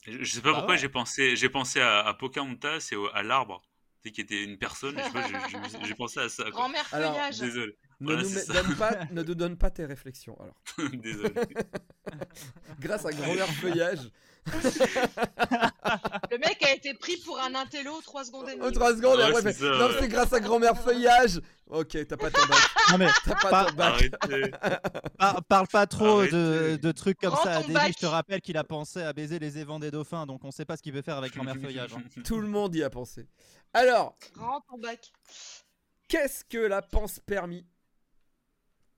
Speaker 4: Je, je sais pas
Speaker 2: Bah
Speaker 4: pourquoi
Speaker 2: ouais.
Speaker 4: j'ai pensé, j'ai pensé à, à Pocahontas et au- à l'arbre, tu sais, qui était une personne. et je sais pas, je- je- J'ai pensé à ça. quoi.
Speaker 3: Grand-mère
Speaker 1: Alors,
Speaker 3: feuillage.
Speaker 4: Désolé,
Speaker 1: Ne,
Speaker 4: Voilà,
Speaker 1: nous
Speaker 4: c'est
Speaker 1: mets-
Speaker 4: ça.
Speaker 1: donne pas, ne nous donne pas tes réflexions. Alors,
Speaker 4: désolé.
Speaker 1: grâce à Grand-mère Feuillage,
Speaker 3: Le mec a été pris pour un intello 3 secondes et
Speaker 1: en
Speaker 3: demie.
Speaker 1: 3 Oh, secondes,
Speaker 4: Ouais,
Speaker 1: après,
Speaker 4: c'est
Speaker 1: fait,
Speaker 4: ça,
Speaker 1: non,
Speaker 4: ouais.
Speaker 1: c'est grâce à Grand-mère Feuillage. Ok, t'as pas ton bac.
Speaker 2: Non, mais
Speaker 1: T'as pas
Speaker 2: Pas-
Speaker 1: ton bac.
Speaker 4: Arrêtez.
Speaker 2: par- parle pas trop de,
Speaker 4: Arrêtez.
Speaker 2: de trucs comme
Speaker 3: Prends
Speaker 2: ça à Davy.
Speaker 3: ton bac.
Speaker 2: Je te rappelle qu'il a pensé à baiser les évents des dauphins, donc on sait pas ce qu'il veut faire avec grand-mère feuillage. hein.
Speaker 1: Tout le monde y a pensé. Alors,
Speaker 3: Grand en bac.
Speaker 1: qu'est-ce que la pense permis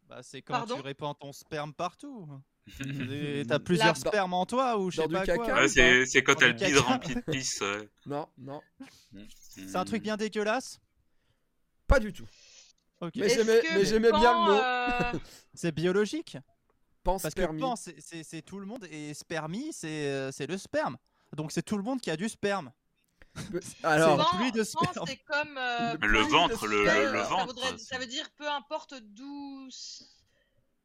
Speaker 2: Bah, c'est quand
Speaker 3: Pardon
Speaker 2: tu répands ton sperme partout. Et T'as plusieurs
Speaker 3: Dans-
Speaker 2: spermes en toi ou je
Speaker 1: dans
Speaker 2: sais
Speaker 1: du
Speaker 2: pas
Speaker 1: caca.
Speaker 2: quoi.
Speaker 4: Ouais, c'est c'est quand
Speaker 2: On
Speaker 4: elle
Speaker 2: est
Speaker 4: bide
Speaker 2: quatre.
Speaker 4: remplie de pisse. ouais. Hmm.
Speaker 1: Non, non,
Speaker 2: C'est un truc bien dégueulasse.
Speaker 1: pas du tout.
Speaker 2: Ok.
Speaker 1: Mais
Speaker 3: Est-ce
Speaker 1: j'aimais-
Speaker 3: que
Speaker 1: mais j'aimais bien le
Speaker 3: quand,
Speaker 1: mot.
Speaker 3: euh,
Speaker 2: C'est biologique.
Speaker 1: Pense
Speaker 2: Parce
Speaker 1: permis.
Speaker 2: que pan, c'est- c'est c'est tout le monde, et spermie, c'est euh, c'est le sperme. Donc c'est tout le monde qui a du sperme.
Speaker 1: Peu- Alors,
Speaker 2: Pan- pluie de
Speaker 3: pan,
Speaker 2: sperme.
Speaker 3: c'est comme. euh,
Speaker 4: Le ventre, le-
Speaker 3: sperme,
Speaker 4: le- le
Speaker 3: ça
Speaker 4: ventre,
Speaker 3: voudrait-
Speaker 4: c'est-
Speaker 3: ça veut dire peu importe d'où.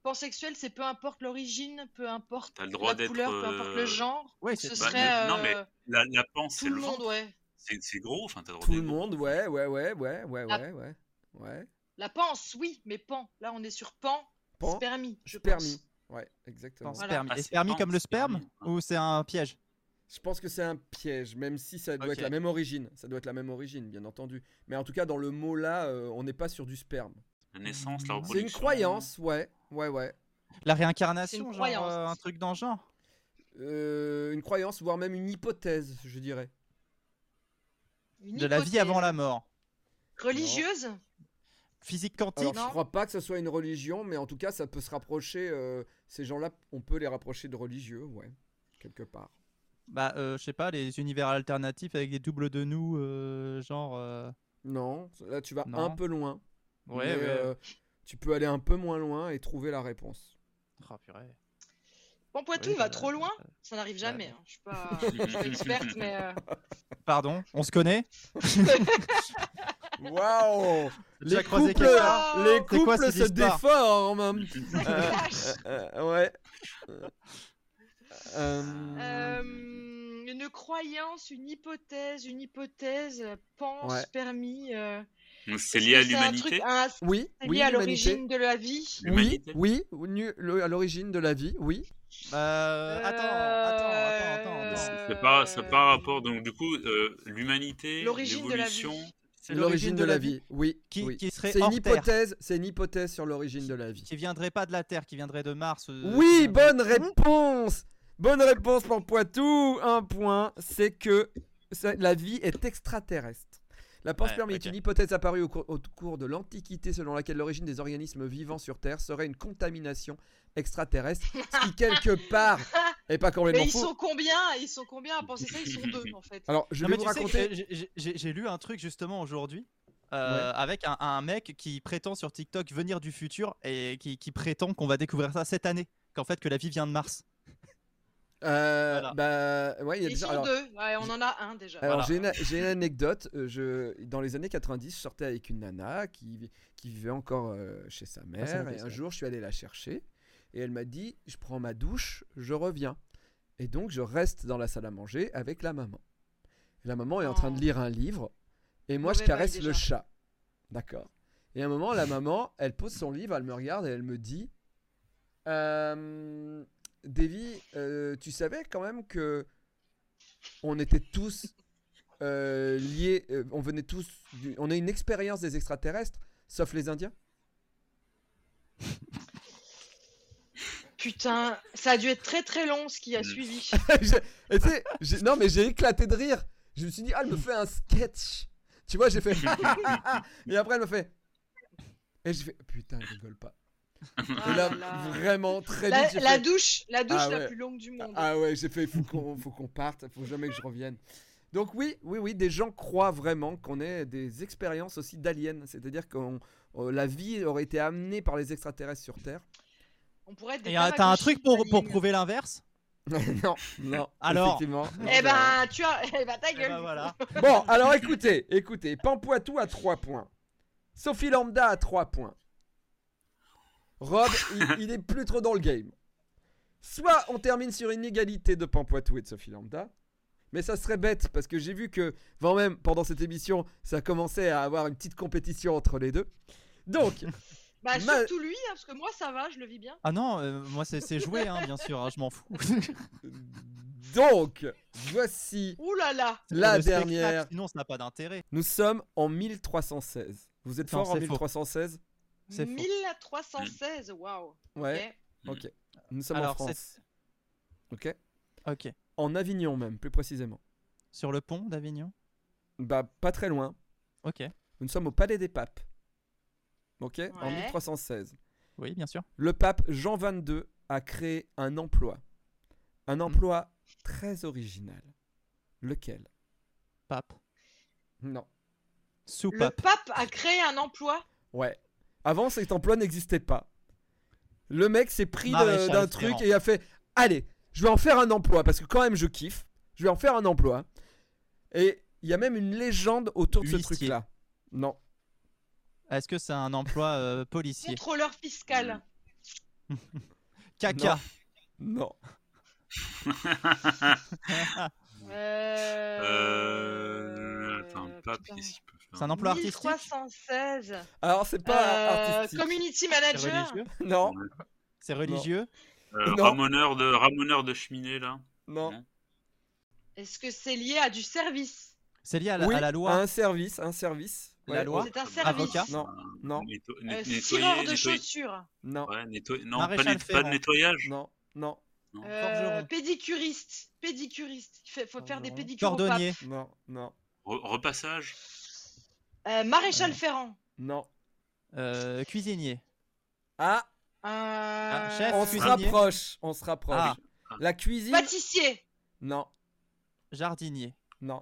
Speaker 3: Pansexuel, c'est peu importe l'origine, peu importe
Speaker 4: T'as le droit
Speaker 3: la
Speaker 4: d'être,
Speaker 3: couleur, peu importe
Speaker 4: euh,
Speaker 3: le genre.
Speaker 2: Ouais,
Speaker 3: Ce
Speaker 2: c'est
Speaker 4: Bah,
Speaker 3: serait
Speaker 4: non, mais
Speaker 3: euh,
Speaker 4: La, la panse,
Speaker 3: tout
Speaker 4: c'est
Speaker 3: le
Speaker 4: le
Speaker 3: monde,
Speaker 4: ventre.
Speaker 3: ouais.
Speaker 4: C'est c'est gros, enfin, t'as le droit
Speaker 1: tout
Speaker 4: d'être
Speaker 1: le monde, ouais, ouais, ouais, ouais, ouais,
Speaker 3: Ah.
Speaker 1: ouais, ouais. Ouais.
Speaker 3: La panse, oui, mais pan. Là, on est sur pan,
Speaker 1: Pan,
Speaker 3: spermie, je
Speaker 1: permis.
Speaker 3: pense.
Speaker 1: Ouais, exactement.
Speaker 2: Pan,
Speaker 3: Voilà.
Speaker 2: spermie.
Speaker 4: Ah,
Speaker 2: Et
Speaker 4: c'est
Speaker 2: spermie
Speaker 4: pan,
Speaker 2: comme le sperme
Speaker 4: spermie. hein.
Speaker 2: Ou c'est un piège
Speaker 1: Je pense que c'est un piège, même si ça doit
Speaker 2: Ok.
Speaker 1: être la même origine. Ça doit être la même origine, bien entendu. Mais en tout cas, dans le mot là, euh, on n'est pas sur du sperme.
Speaker 4: La naissance,
Speaker 2: C'est
Speaker 4: la
Speaker 2: une
Speaker 1: C'est
Speaker 4: reproduction.
Speaker 1: une croyance, ouais, ouais, ouais.
Speaker 2: La réincarnation, genre
Speaker 3: croyance.
Speaker 2: euh, un truc dans le genre
Speaker 1: Euh, une croyance, voire même une hypothèse, je dirais.
Speaker 3: Une
Speaker 2: De la vie
Speaker 3: hypothèse.
Speaker 2: avant la mort.
Speaker 3: Religieuse
Speaker 2: physique quantique
Speaker 1: Alors,
Speaker 3: Non.
Speaker 1: je crois pas que ce soit une religion, mais en tout cas, ça peut se rapprocher. euh, ces gens-là, on peut les rapprocher de religieux, ouais, quelque part.
Speaker 2: Bah, euh, je sais pas, les univers alternatifs avec des doubles de nous, euh, genre. euh,
Speaker 1: Non, là, tu vas
Speaker 2: Non.
Speaker 1: un peu loin. mais,
Speaker 2: Ouais, ouais.
Speaker 1: euh, tu peux aller un peu moins loin et trouver la réponse.
Speaker 2: Oh, purée.
Speaker 3: Bon, Poitou
Speaker 2: Oui,
Speaker 3: va
Speaker 2: bah,
Speaker 3: trop loin.
Speaker 2: bah,
Speaker 3: Ça n'arrive jamais. hein. Je suis pas,
Speaker 4: bah.
Speaker 3: je suis pas experte, mais euh,
Speaker 2: Pardon, on se connaît
Speaker 1: Waouh
Speaker 2: J'ai
Speaker 1: Les
Speaker 2: croisé
Speaker 1: couples,
Speaker 2: quelqu'un.
Speaker 3: quelqu'un.
Speaker 1: les
Speaker 3: C'est
Speaker 1: couples
Speaker 2: quoi cette
Speaker 1: se
Speaker 2: histoire
Speaker 1: déforment. Euh,
Speaker 3: vache.
Speaker 1: euh, ouais. Euh,
Speaker 3: Euh,
Speaker 1: euh,
Speaker 3: une croyance, une hypothèse, une hypothèse, euh, pense,
Speaker 1: Ouais.
Speaker 3: permis. euh,
Speaker 4: C'est
Speaker 3: est-ce
Speaker 4: lié
Speaker 3: que
Speaker 4: à
Speaker 3: un
Speaker 4: l'humanité.
Speaker 3: truc- un- C'est
Speaker 1: Oui,
Speaker 3: lié
Speaker 1: oui, l'humanité.
Speaker 3: à l'origine de la vie.
Speaker 1: Oui,
Speaker 4: L'humanité.
Speaker 1: oui, ou nu- le- à l'origine de la vie, oui.
Speaker 2: Euh, Attends, attends, attends, attends.
Speaker 3: Euh,
Speaker 4: C'est pas, c'est pas rapport. Donc du coup, euh, l'humanité,
Speaker 3: L'origine de la vie.
Speaker 4: l'évolution.
Speaker 2: C'est l'origine de la vie
Speaker 1: oui.
Speaker 2: Qui-
Speaker 1: oui.
Speaker 2: qui serait
Speaker 1: c'est une
Speaker 2: hors terre.
Speaker 1: hypothèse, c'est une hypothèse sur l'origine de la vie.
Speaker 2: qui viendrait pas de la Terre, qui viendrait de Mars. euh,
Speaker 1: Oui,
Speaker 2: qui
Speaker 1: bonne réponse. Bonne réponse pour Poitou. Un point, c'est que ça- la vie est extraterrestre. La pense
Speaker 2: Ouais,
Speaker 1: permis
Speaker 2: ok.
Speaker 1: est une hypothèse apparue au cours, au cours de l'Antiquité selon laquelle l'origine des organismes vivants sur Terre serait une contamination extraterrestre, ce qui quelque part est pas complètement
Speaker 3: Mais ils
Speaker 1: faux.
Speaker 3: sont combien Ils sont combien à penser ça Ils sont deux en fait.
Speaker 1: Alors, je
Speaker 2: Non,
Speaker 1: vais
Speaker 2: mais
Speaker 1: vous
Speaker 2: tu sais que
Speaker 1: raconter.
Speaker 2: j'ai- j'ai- j'ai j'ai lu un truc justement aujourd'hui euh, avec un, un mec qui prétend sur TikTok venir du futur et qui, qui prétend qu'on va découvrir ça cette année. Qu'en fait, que la vie vient de Mars.
Speaker 1: Euh,
Speaker 2: Voilà.
Speaker 1: bah, ouais, il y a
Speaker 3: Ils
Speaker 1: déjà-
Speaker 3: sont
Speaker 1: alors- Euh.
Speaker 3: deux. Ouais, on en a un déjà.
Speaker 1: Alors
Speaker 2: Voilà.
Speaker 1: j'ai une- j'ai une, anecdote. Euh, Je, dans les années 90, je sortais avec une nana qui, vi- qui vivait encore euh, chez sa mère.
Speaker 2: m'intéresse,
Speaker 1: et un
Speaker 2: ouais.
Speaker 1: jour, je suis allé la chercher. Et elle m'a dit, je prends ma douche, je reviens. Et donc, je reste dans la salle à manger avec la maman. Et la maman est en train de
Speaker 3: Oh.
Speaker 1: lire un livre. Et moi, je
Speaker 3: Mauvais bail,
Speaker 1: caresse le
Speaker 3: déjà.
Speaker 1: chat. D'accord. Et à un moment, la maman, elle pose son livre, elle me regarde et elle me dit, euh, Davy, euh, tu savais quand même que on était tous euh, liés, euh, on venait tous, du- on a une expérience des extraterrestres, sauf les Indiens.
Speaker 3: Putain, ça a dû être très très long ce qui a
Speaker 4: Mm.
Speaker 3: suivi. Ah
Speaker 1: J'ai- et tu sais, j'ai- non mais j'ai éclaté de rire. Je me suis dit, ah, elle me fait un sketch. Tu vois, j'ai fait. et après, elle me fait. Et j'ai fait, putain, elle rigole pas.
Speaker 3: Ah
Speaker 1: Et là,
Speaker 3: là là.
Speaker 1: vraiment, très
Speaker 3: La,
Speaker 1: vite. j'ai
Speaker 3: la
Speaker 1: fait,
Speaker 3: douche, la douche
Speaker 1: Ah ouais.
Speaker 3: la plus longue du monde.
Speaker 1: Ah ouais, j'ai fait, faut qu'on faut qu'on parte, faut jamais que je revienne. Donc oui, oui, oui, des gens croient vraiment qu'on ait des expériences aussi d'aliens, c'est-à-dire que la vie aurait été amenée par les extraterrestres sur Terre.
Speaker 3: On pourrait être des
Speaker 2: Et euh, t'as un
Speaker 3: Tamagotchi
Speaker 2: truc pour, pour
Speaker 3: aliens.
Speaker 2: prouver l'inverse
Speaker 1: non, non.
Speaker 2: Alors
Speaker 1: effectivement. non,
Speaker 3: Eh
Speaker 1: c'est
Speaker 3: ben, tu as. Eh ben, ta
Speaker 2: Eh
Speaker 3: gueule.
Speaker 2: ben voilà.
Speaker 1: vrai. Bon, alors écoutez, écoutez, Pampoitou à 3 points. Sophie Lambda à 3 points. Rob, il, il est plus trop dans le game. Soit on termine sur une égalité de Pampoitou et de Sophie Lambda. Mais ça serait bête parce que j'ai vu que, quand même, pendant cette émission, ça commençait à avoir une petite compétition entre les deux. Donc,
Speaker 3: Bah,
Speaker 1: Ma-
Speaker 3: surtout lui, hein, parce que moi, ça va, je le vis bien.
Speaker 2: Ah non, euh, moi c'est c'est joué, hein, bien sûr, hein, je m'en fous.
Speaker 1: donc, voici.
Speaker 3: Ouh là là.
Speaker 2: Pour
Speaker 1: La
Speaker 2: le spectacle,
Speaker 1: dernière.
Speaker 2: Sinon, ça n'a pas d'intérêt.
Speaker 1: Nous sommes en 1316. Vous êtes
Speaker 2: Non,
Speaker 1: fort en
Speaker 2: c'est faux.
Speaker 1: 1316
Speaker 2: C'est faux.
Speaker 3: 1316, waouh.
Speaker 1: Ouais.
Speaker 3: Ok.
Speaker 1: Ok. Nous sommes en
Speaker 2: Alors,
Speaker 1: France. Ok.
Speaker 2: Ok.
Speaker 1: En Avignon même, plus précisément.
Speaker 2: Sur le pont d'Avignon
Speaker 1: Bah, pas très loin.
Speaker 2: Ok.
Speaker 1: Nous sommes au Palais des Papes. Ok En
Speaker 3: Ouais.
Speaker 1: 1316.
Speaker 2: Oui, bien sûr.
Speaker 1: Le pape Jean XXII a créé un emploi. Un emploi très original. Lequel
Speaker 2: Pape.
Speaker 1: Non.
Speaker 2: Sous
Speaker 3: Le
Speaker 2: pape.
Speaker 3: pape a créé un emploi.
Speaker 1: Ouais. Avant, cet emploi n'existait pas. Le mec s'est pris de-
Speaker 2: Maréchal
Speaker 1: d'un
Speaker 2: Ferrand.
Speaker 1: truc et il a fait Allez, je vais en faire un emploi parce que quand même je kiffe. Je vais en faire un emploi. Et il y a même une légende autour de ce
Speaker 2: Huissier.
Speaker 1: truc-là. Non.
Speaker 2: Est-ce que c'est un emploi euh, policier
Speaker 3: Contrôleur fiscal.
Speaker 2: Caca.
Speaker 1: Non.
Speaker 3: Euh...
Speaker 4: Euh, Attends, pape,
Speaker 3: putain.
Speaker 4: qu'est-ce qu'il peut faire
Speaker 2: C'est un emploi artistique
Speaker 3: 1316.
Speaker 1: Alors, c'est pas
Speaker 3: Euh,
Speaker 1: artistique.
Speaker 3: community
Speaker 2: C'est
Speaker 3: manager.
Speaker 2: religieux
Speaker 1: Non.
Speaker 2: C'est religieux
Speaker 4: Euh,
Speaker 1: Non.
Speaker 4: ramoneur de ramoneur de cheminée là.
Speaker 1: Non.
Speaker 3: Est-ce que c'est lié à du service
Speaker 2: C'est lié à la,
Speaker 1: oui,
Speaker 2: à la loi
Speaker 1: Un service. Un service.
Speaker 2: La loi
Speaker 3: C'est un service.
Speaker 2: Oh. Avocat
Speaker 1: Non. Non.
Speaker 4: Netto-
Speaker 3: Euh,
Speaker 4: net-
Speaker 3: tireur
Speaker 4: nettoyer,
Speaker 3: de
Speaker 4: nettoyer.
Speaker 3: chaussures.
Speaker 1: Non.
Speaker 4: Ouais, nettoyer- Non, pas,
Speaker 2: Maréchal
Speaker 4: net- pas de
Speaker 2: Ferrand.
Speaker 4: nettoyage.
Speaker 1: Non. Non.
Speaker 3: Euh,
Speaker 2: Forgeron.
Speaker 3: pédicuriste. Pédicuriste. Il fait- faut faire des
Speaker 1: Forgeron.
Speaker 3: pédicures. au pape.
Speaker 2: Cordonnier
Speaker 1: Non. Non.
Speaker 4: Re- repassage.
Speaker 3: Euh, maréchal Ferrand.
Speaker 1: Non.
Speaker 2: Euh, cuisinier.
Speaker 1: Ah,
Speaker 2: Ah,
Speaker 3: Euh,
Speaker 2: chef,
Speaker 1: on se
Speaker 2: cuisinier.
Speaker 1: rapproche, on se rapproche.
Speaker 2: Ah.
Speaker 1: La cuisine
Speaker 3: Pâtissier.
Speaker 1: Non,
Speaker 2: Jardinier.
Speaker 1: non.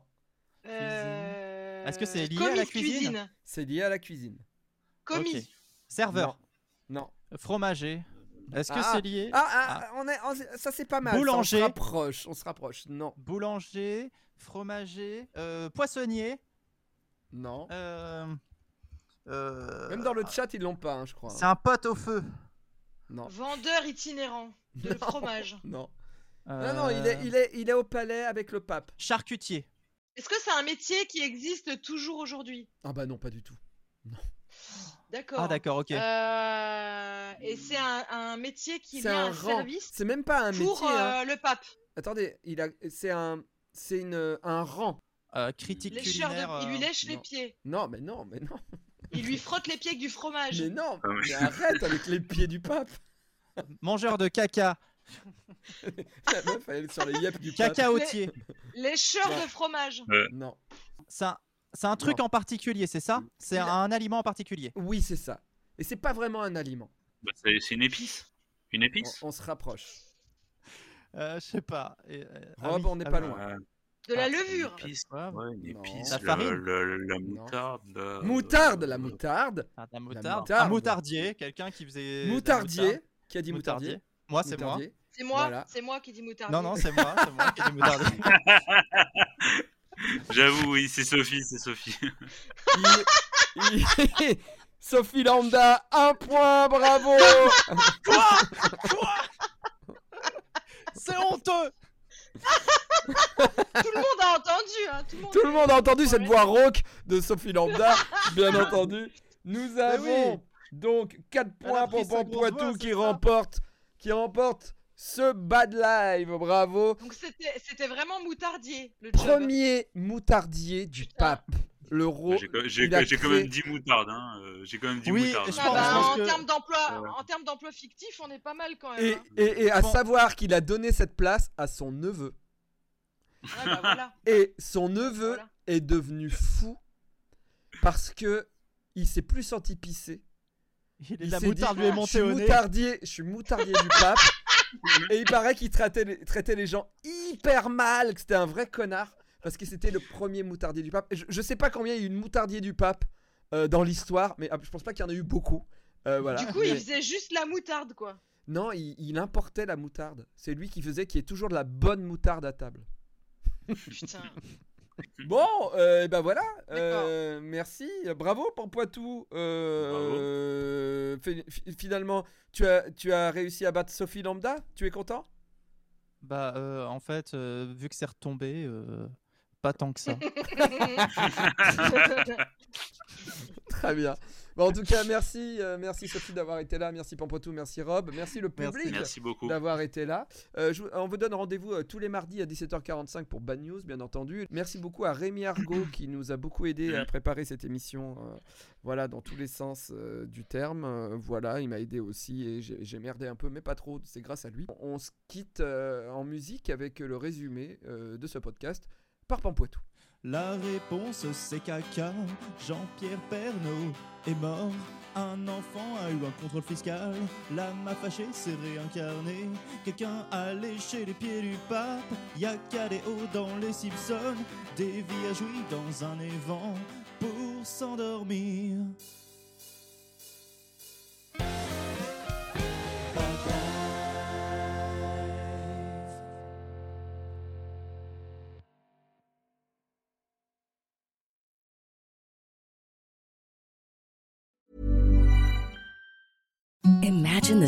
Speaker 3: Euh,
Speaker 2: Est-ce que c'est lié à
Speaker 3: commis
Speaker 2: la
Speaker 3: de
Speaker 2: cuisine
Speaker 1: C'est lié à la cuisine.
Speaker 3: Commis.
Speaker 2: Ok. Serveur.
Speaker 1: Non. non.
Speaker 2: Fromager. Est-ce que
Speaker 1: Ah.
Speaker 2: c'est lié
Speaker 1: Ah, ah, On est, on- ça c'est pas mal. ça,
Speaker 2: Boulanger.
Speaker 1: on se rapproche, on se rapproche. Non,
Speaker 2: Boulanger, fromager, euh, poissonnier.
Speaker 1: non.
Speaker 2: euh, euh,
Speaker 1: Même dans le chat, ils l'ont pas, hein, je crois.
Speaker 2: C'est un pote au feu. Oh.
Speaker 1: Non.
Speaker 3: Vendeur itinérant de
Speaker 1: Non.
Speaker 3: fromage.
Speaker 1: Non. Non, non, il est,
Speaker 2: Euh,
Speaker 1: il, est, il est au palais avec le pape.
Speaker 2: Charcutier.
Speaker 3: Est-ce que c'est un métier qui existe toujours aujourd'hui
Speaker 1: Ah bah non, pas du tout.
Speaker 3: D'accord.
Speaker 2: Ah d'accord, ok.
Speaker 3: Euh, et c'est un, un métier qui met
Speaker 1: C'est
Speaker 3: un,
Speaker 1: un rang.
Speaker 3: service
Speaker 1: C'est même pas un
Speaker 3: pour
Speaker 1: métier. hein.
Speaker 3: euh, le pape.
Speaker 1: Attendez, il a, c'est un, c'est une, un rang.
Speaker 2: Euh, critique
Speaker 3: Lécheur de-
Speaker 2: culinaire.
Speaker 3: Il
Speaker 2: euh,
Speaker 3: lui lèche les
Speaker 1: non.
Speaker 3: pieds.
Speaker 1: Non, mais non, mais non,
Speaker 3: Il lui frotte les pieds avec du fromage.
Speaker 1: mais non.
Speaker 4: Ah oui.
Speaker 1: Mais arrête avec les pieds du pape.
Speaker 2: Mangeur de caca.
Speaker 1: La meuf, elle est sur les yep du pape.
Speaker 2: Cacaotier.
Speaker 3: Lécheur
Speaker 1: Non.
Speaker 3: de fromage.
Speaker 1: Non.
Speaker 2: C'est un, c'est un truc
Speaker 1: Non.
Speaker 2: en particulier, c'est ça C'est
Speaker 1: Il
Speaker 2: un,
Speaker 1: a-
Speaker 2: aliment en particulier.
Speaker 1: Oui, c'est ça. Et c'est pas vraiment un aliment.
Speaker 4: Bah, c'est c'est une épice. Une
Speaker 1: On,
Speaker 2: Oh,
Speaker 4: épice
Speaker 1: on se rapproche.
Speaker 2: Euh, je sais pas. Et, euh, ah
Speaker 1: Rob,
Speaker 2: oui,
Speaker 1: Oh, bah, on n'est
Speaker 2: ah
Speaker 1: pas
Speaker 2: oui.
Speaker 1: loin.
Speaker 4: Ouais,
Speaker 3: De la
Speaker 2: Ah,
Speaker 3: levure.
Speaker 4: Une épice.
Speaker 2: Ouais.
Speaker 4: Ouais, une
Speaker 1: Non.
Speaker 4: épice.
Speaker 2: La
Speaker 4: le-
Speaker 2: farine
Speaker 4: le- la moutarde. euh,
Speaker 1: Moutarde,
Speaker 4: euh,
Speaker 1: la moutarde.
Speaker 2: Ah, de la moutarde.
Speaker 1: moutarde.
Speaker 2: Un moutardier, quelqu'un qui faisait. de la
Speaker 1: Moutardier.
Speaker 2: moutarde.
Speaker 1: Qui a dit moutardier
Speaker 2: Moutardier. Moi, c'est moi.
Speaker 1: Moutardier.
Speaker 3: C'est moi,
Speaker 1: Voilà.
Speaker 3: c'est moi qui dis moutarde.
Speaker 2: Non, non, c'est moi. C'est moi qui ai dit moutardier.
Speaker 4: J'avoue, oui, c'est Sophie, c'est Sophie.
Speaker 1: Il- il- Sophie Lambda, un point, bravo
Speaker 2: C'est honteux
Speaker 3: Tout le monde a entendu, hein, tout le monde.
Speaker 1: Tout le monde a entendu cette
Speaker 3: Ouais.
Speaker 1: voix rauque de Sophie Lambda, bien entendu. Nous avons
Speaker 2: Bah oui.
Speaker 1: donc 4
Speaker 2: Elle a
Speaker 1: points
Speaker 2: pris
Speaker 1: pour Pan
Speaker 2: sa grosse
Speaker 1: Poitou
Speaker 2: voix,
Speaker 1: qui
Speaker 2: c'est ça
Speaker 1: remporte, qui remporte ce bad live, bravo
Speaker 3: Donc c'était c'était vraiment moutardier le job.
Speaker 1: Premier moutardier du pape, le
Speaker 2: Oh,
Speaker 1: roi.
Speaker 4: J'ai quand- J'ai
Speaker 1: il a
Speaker 4: j'ai quand
Speaker 1: créé-
Speaker 4: même dit moutarde. hein, euh, J'ai quand même dit
Speaker 2: Oui,
Speaker 4: moutarde.
Speaker 2: je
Speaker 4: hein.
Speaker 3: Ah bah,
Speaker 2: pense
Speaker 3: en
Speaker 2: que-
Speaker 3: termes d'emploi,
Speaker 4: Ouais.
Speaker 3: en termes d'emploi fictif, on est pas mal quand même.
Speaker 1: Et,
Speaker 3: hein.
Speaker 1: et- et à
Speaker 2: Bon.
Speaker 1: savoir qu'il a donné cette place à son neveu.
Speaker 3: Ouais, bah, voilà.
Speaker 1: Et son neveu
Speaker 3: Voilà.
Speaker 1: est devenu fou parce que il s'est plus senti pisser.
Speaker 2: Il est
Speaker 1: Il
Speaker 2: de la
Speaker 1: s'est dit,
Speaker 2: moutarde lui est
Speaker 1: je suis
Speaker 2: montée au nez.
Speaker 1: moutardier, je suis moutardier du pape. Et il paraît qu'il traitait les, traitait les gens hyper mal, que c'était un vrai connard parce que c'était le premier moutardier du pape. Et Je, je sais pas combien il y a eu de moutardier du pape euh, dans l'histoire, mais ah, je pense pas qu'il y en a eu beaucoup. Euh, voilà.
Speaker 3: Du coup,
Speaker 1: Mais-
Speaker 3: il faisait juste la moutarde quoi.
Speaker 1: Non, il, il importait la moutarde. C'est lui qui faisait qu'il y ait toujours de la bonne moutarde à table.
Speaker 3: Putain.
Speaker 1: Bon, euh, ben voilà.
Speaker 3: D'accord.
Speaker 1: Euh, merci. Bravo pour Poitou. Euh, fi- fi- finalement, tu as, tu as réussi à battre Sophie Lambda. Tu es content
Speaker 2: Bah, euh, en fait, euh, vu que c'est retombé, euh, pas tant que ça.
Speaker 1: Très bien. Bon, en tout cas, merci. euh, merci Sophie d'avoir été là. Merci Poitou. Merci Rob. Merci le
Speaker 3: bah.
Speaker 2: Merci.
Speaker 1: public.
Speaker 4: Merci beaucoup.
Speaker 1: d'avoir été là. Euh, je vous- on vous donne rendez-vous euh, tous les mardis à 17h45 pour Bad News, bien entendu. Merci beaucoup à Rémi Argot qui nous a beaucoup aidé à préparer cette émission, euh, voilà, dans tous les sens euh, du terme. Euh, voilà, il m'a aidé aussi et j'ai j'ai merdé un peu, mais pas trop, c'est grâce à lui. On se quitte euh, en musique avec le résumé euh, de ce podcast par Pampoitou.
Speaker 7: La réponse c'est caca. Jean-Pierre Pernaud est mort. Un enfant a eu un contrôle fiscal. L'âme a fâché s'est réincarnée. Quelqu'un a léché les pieds du pape. Y'a qu'à des hauts dans les Simpsons. Davy a joui dans un évent pour s'endormir.
Speaker 8: Imagine the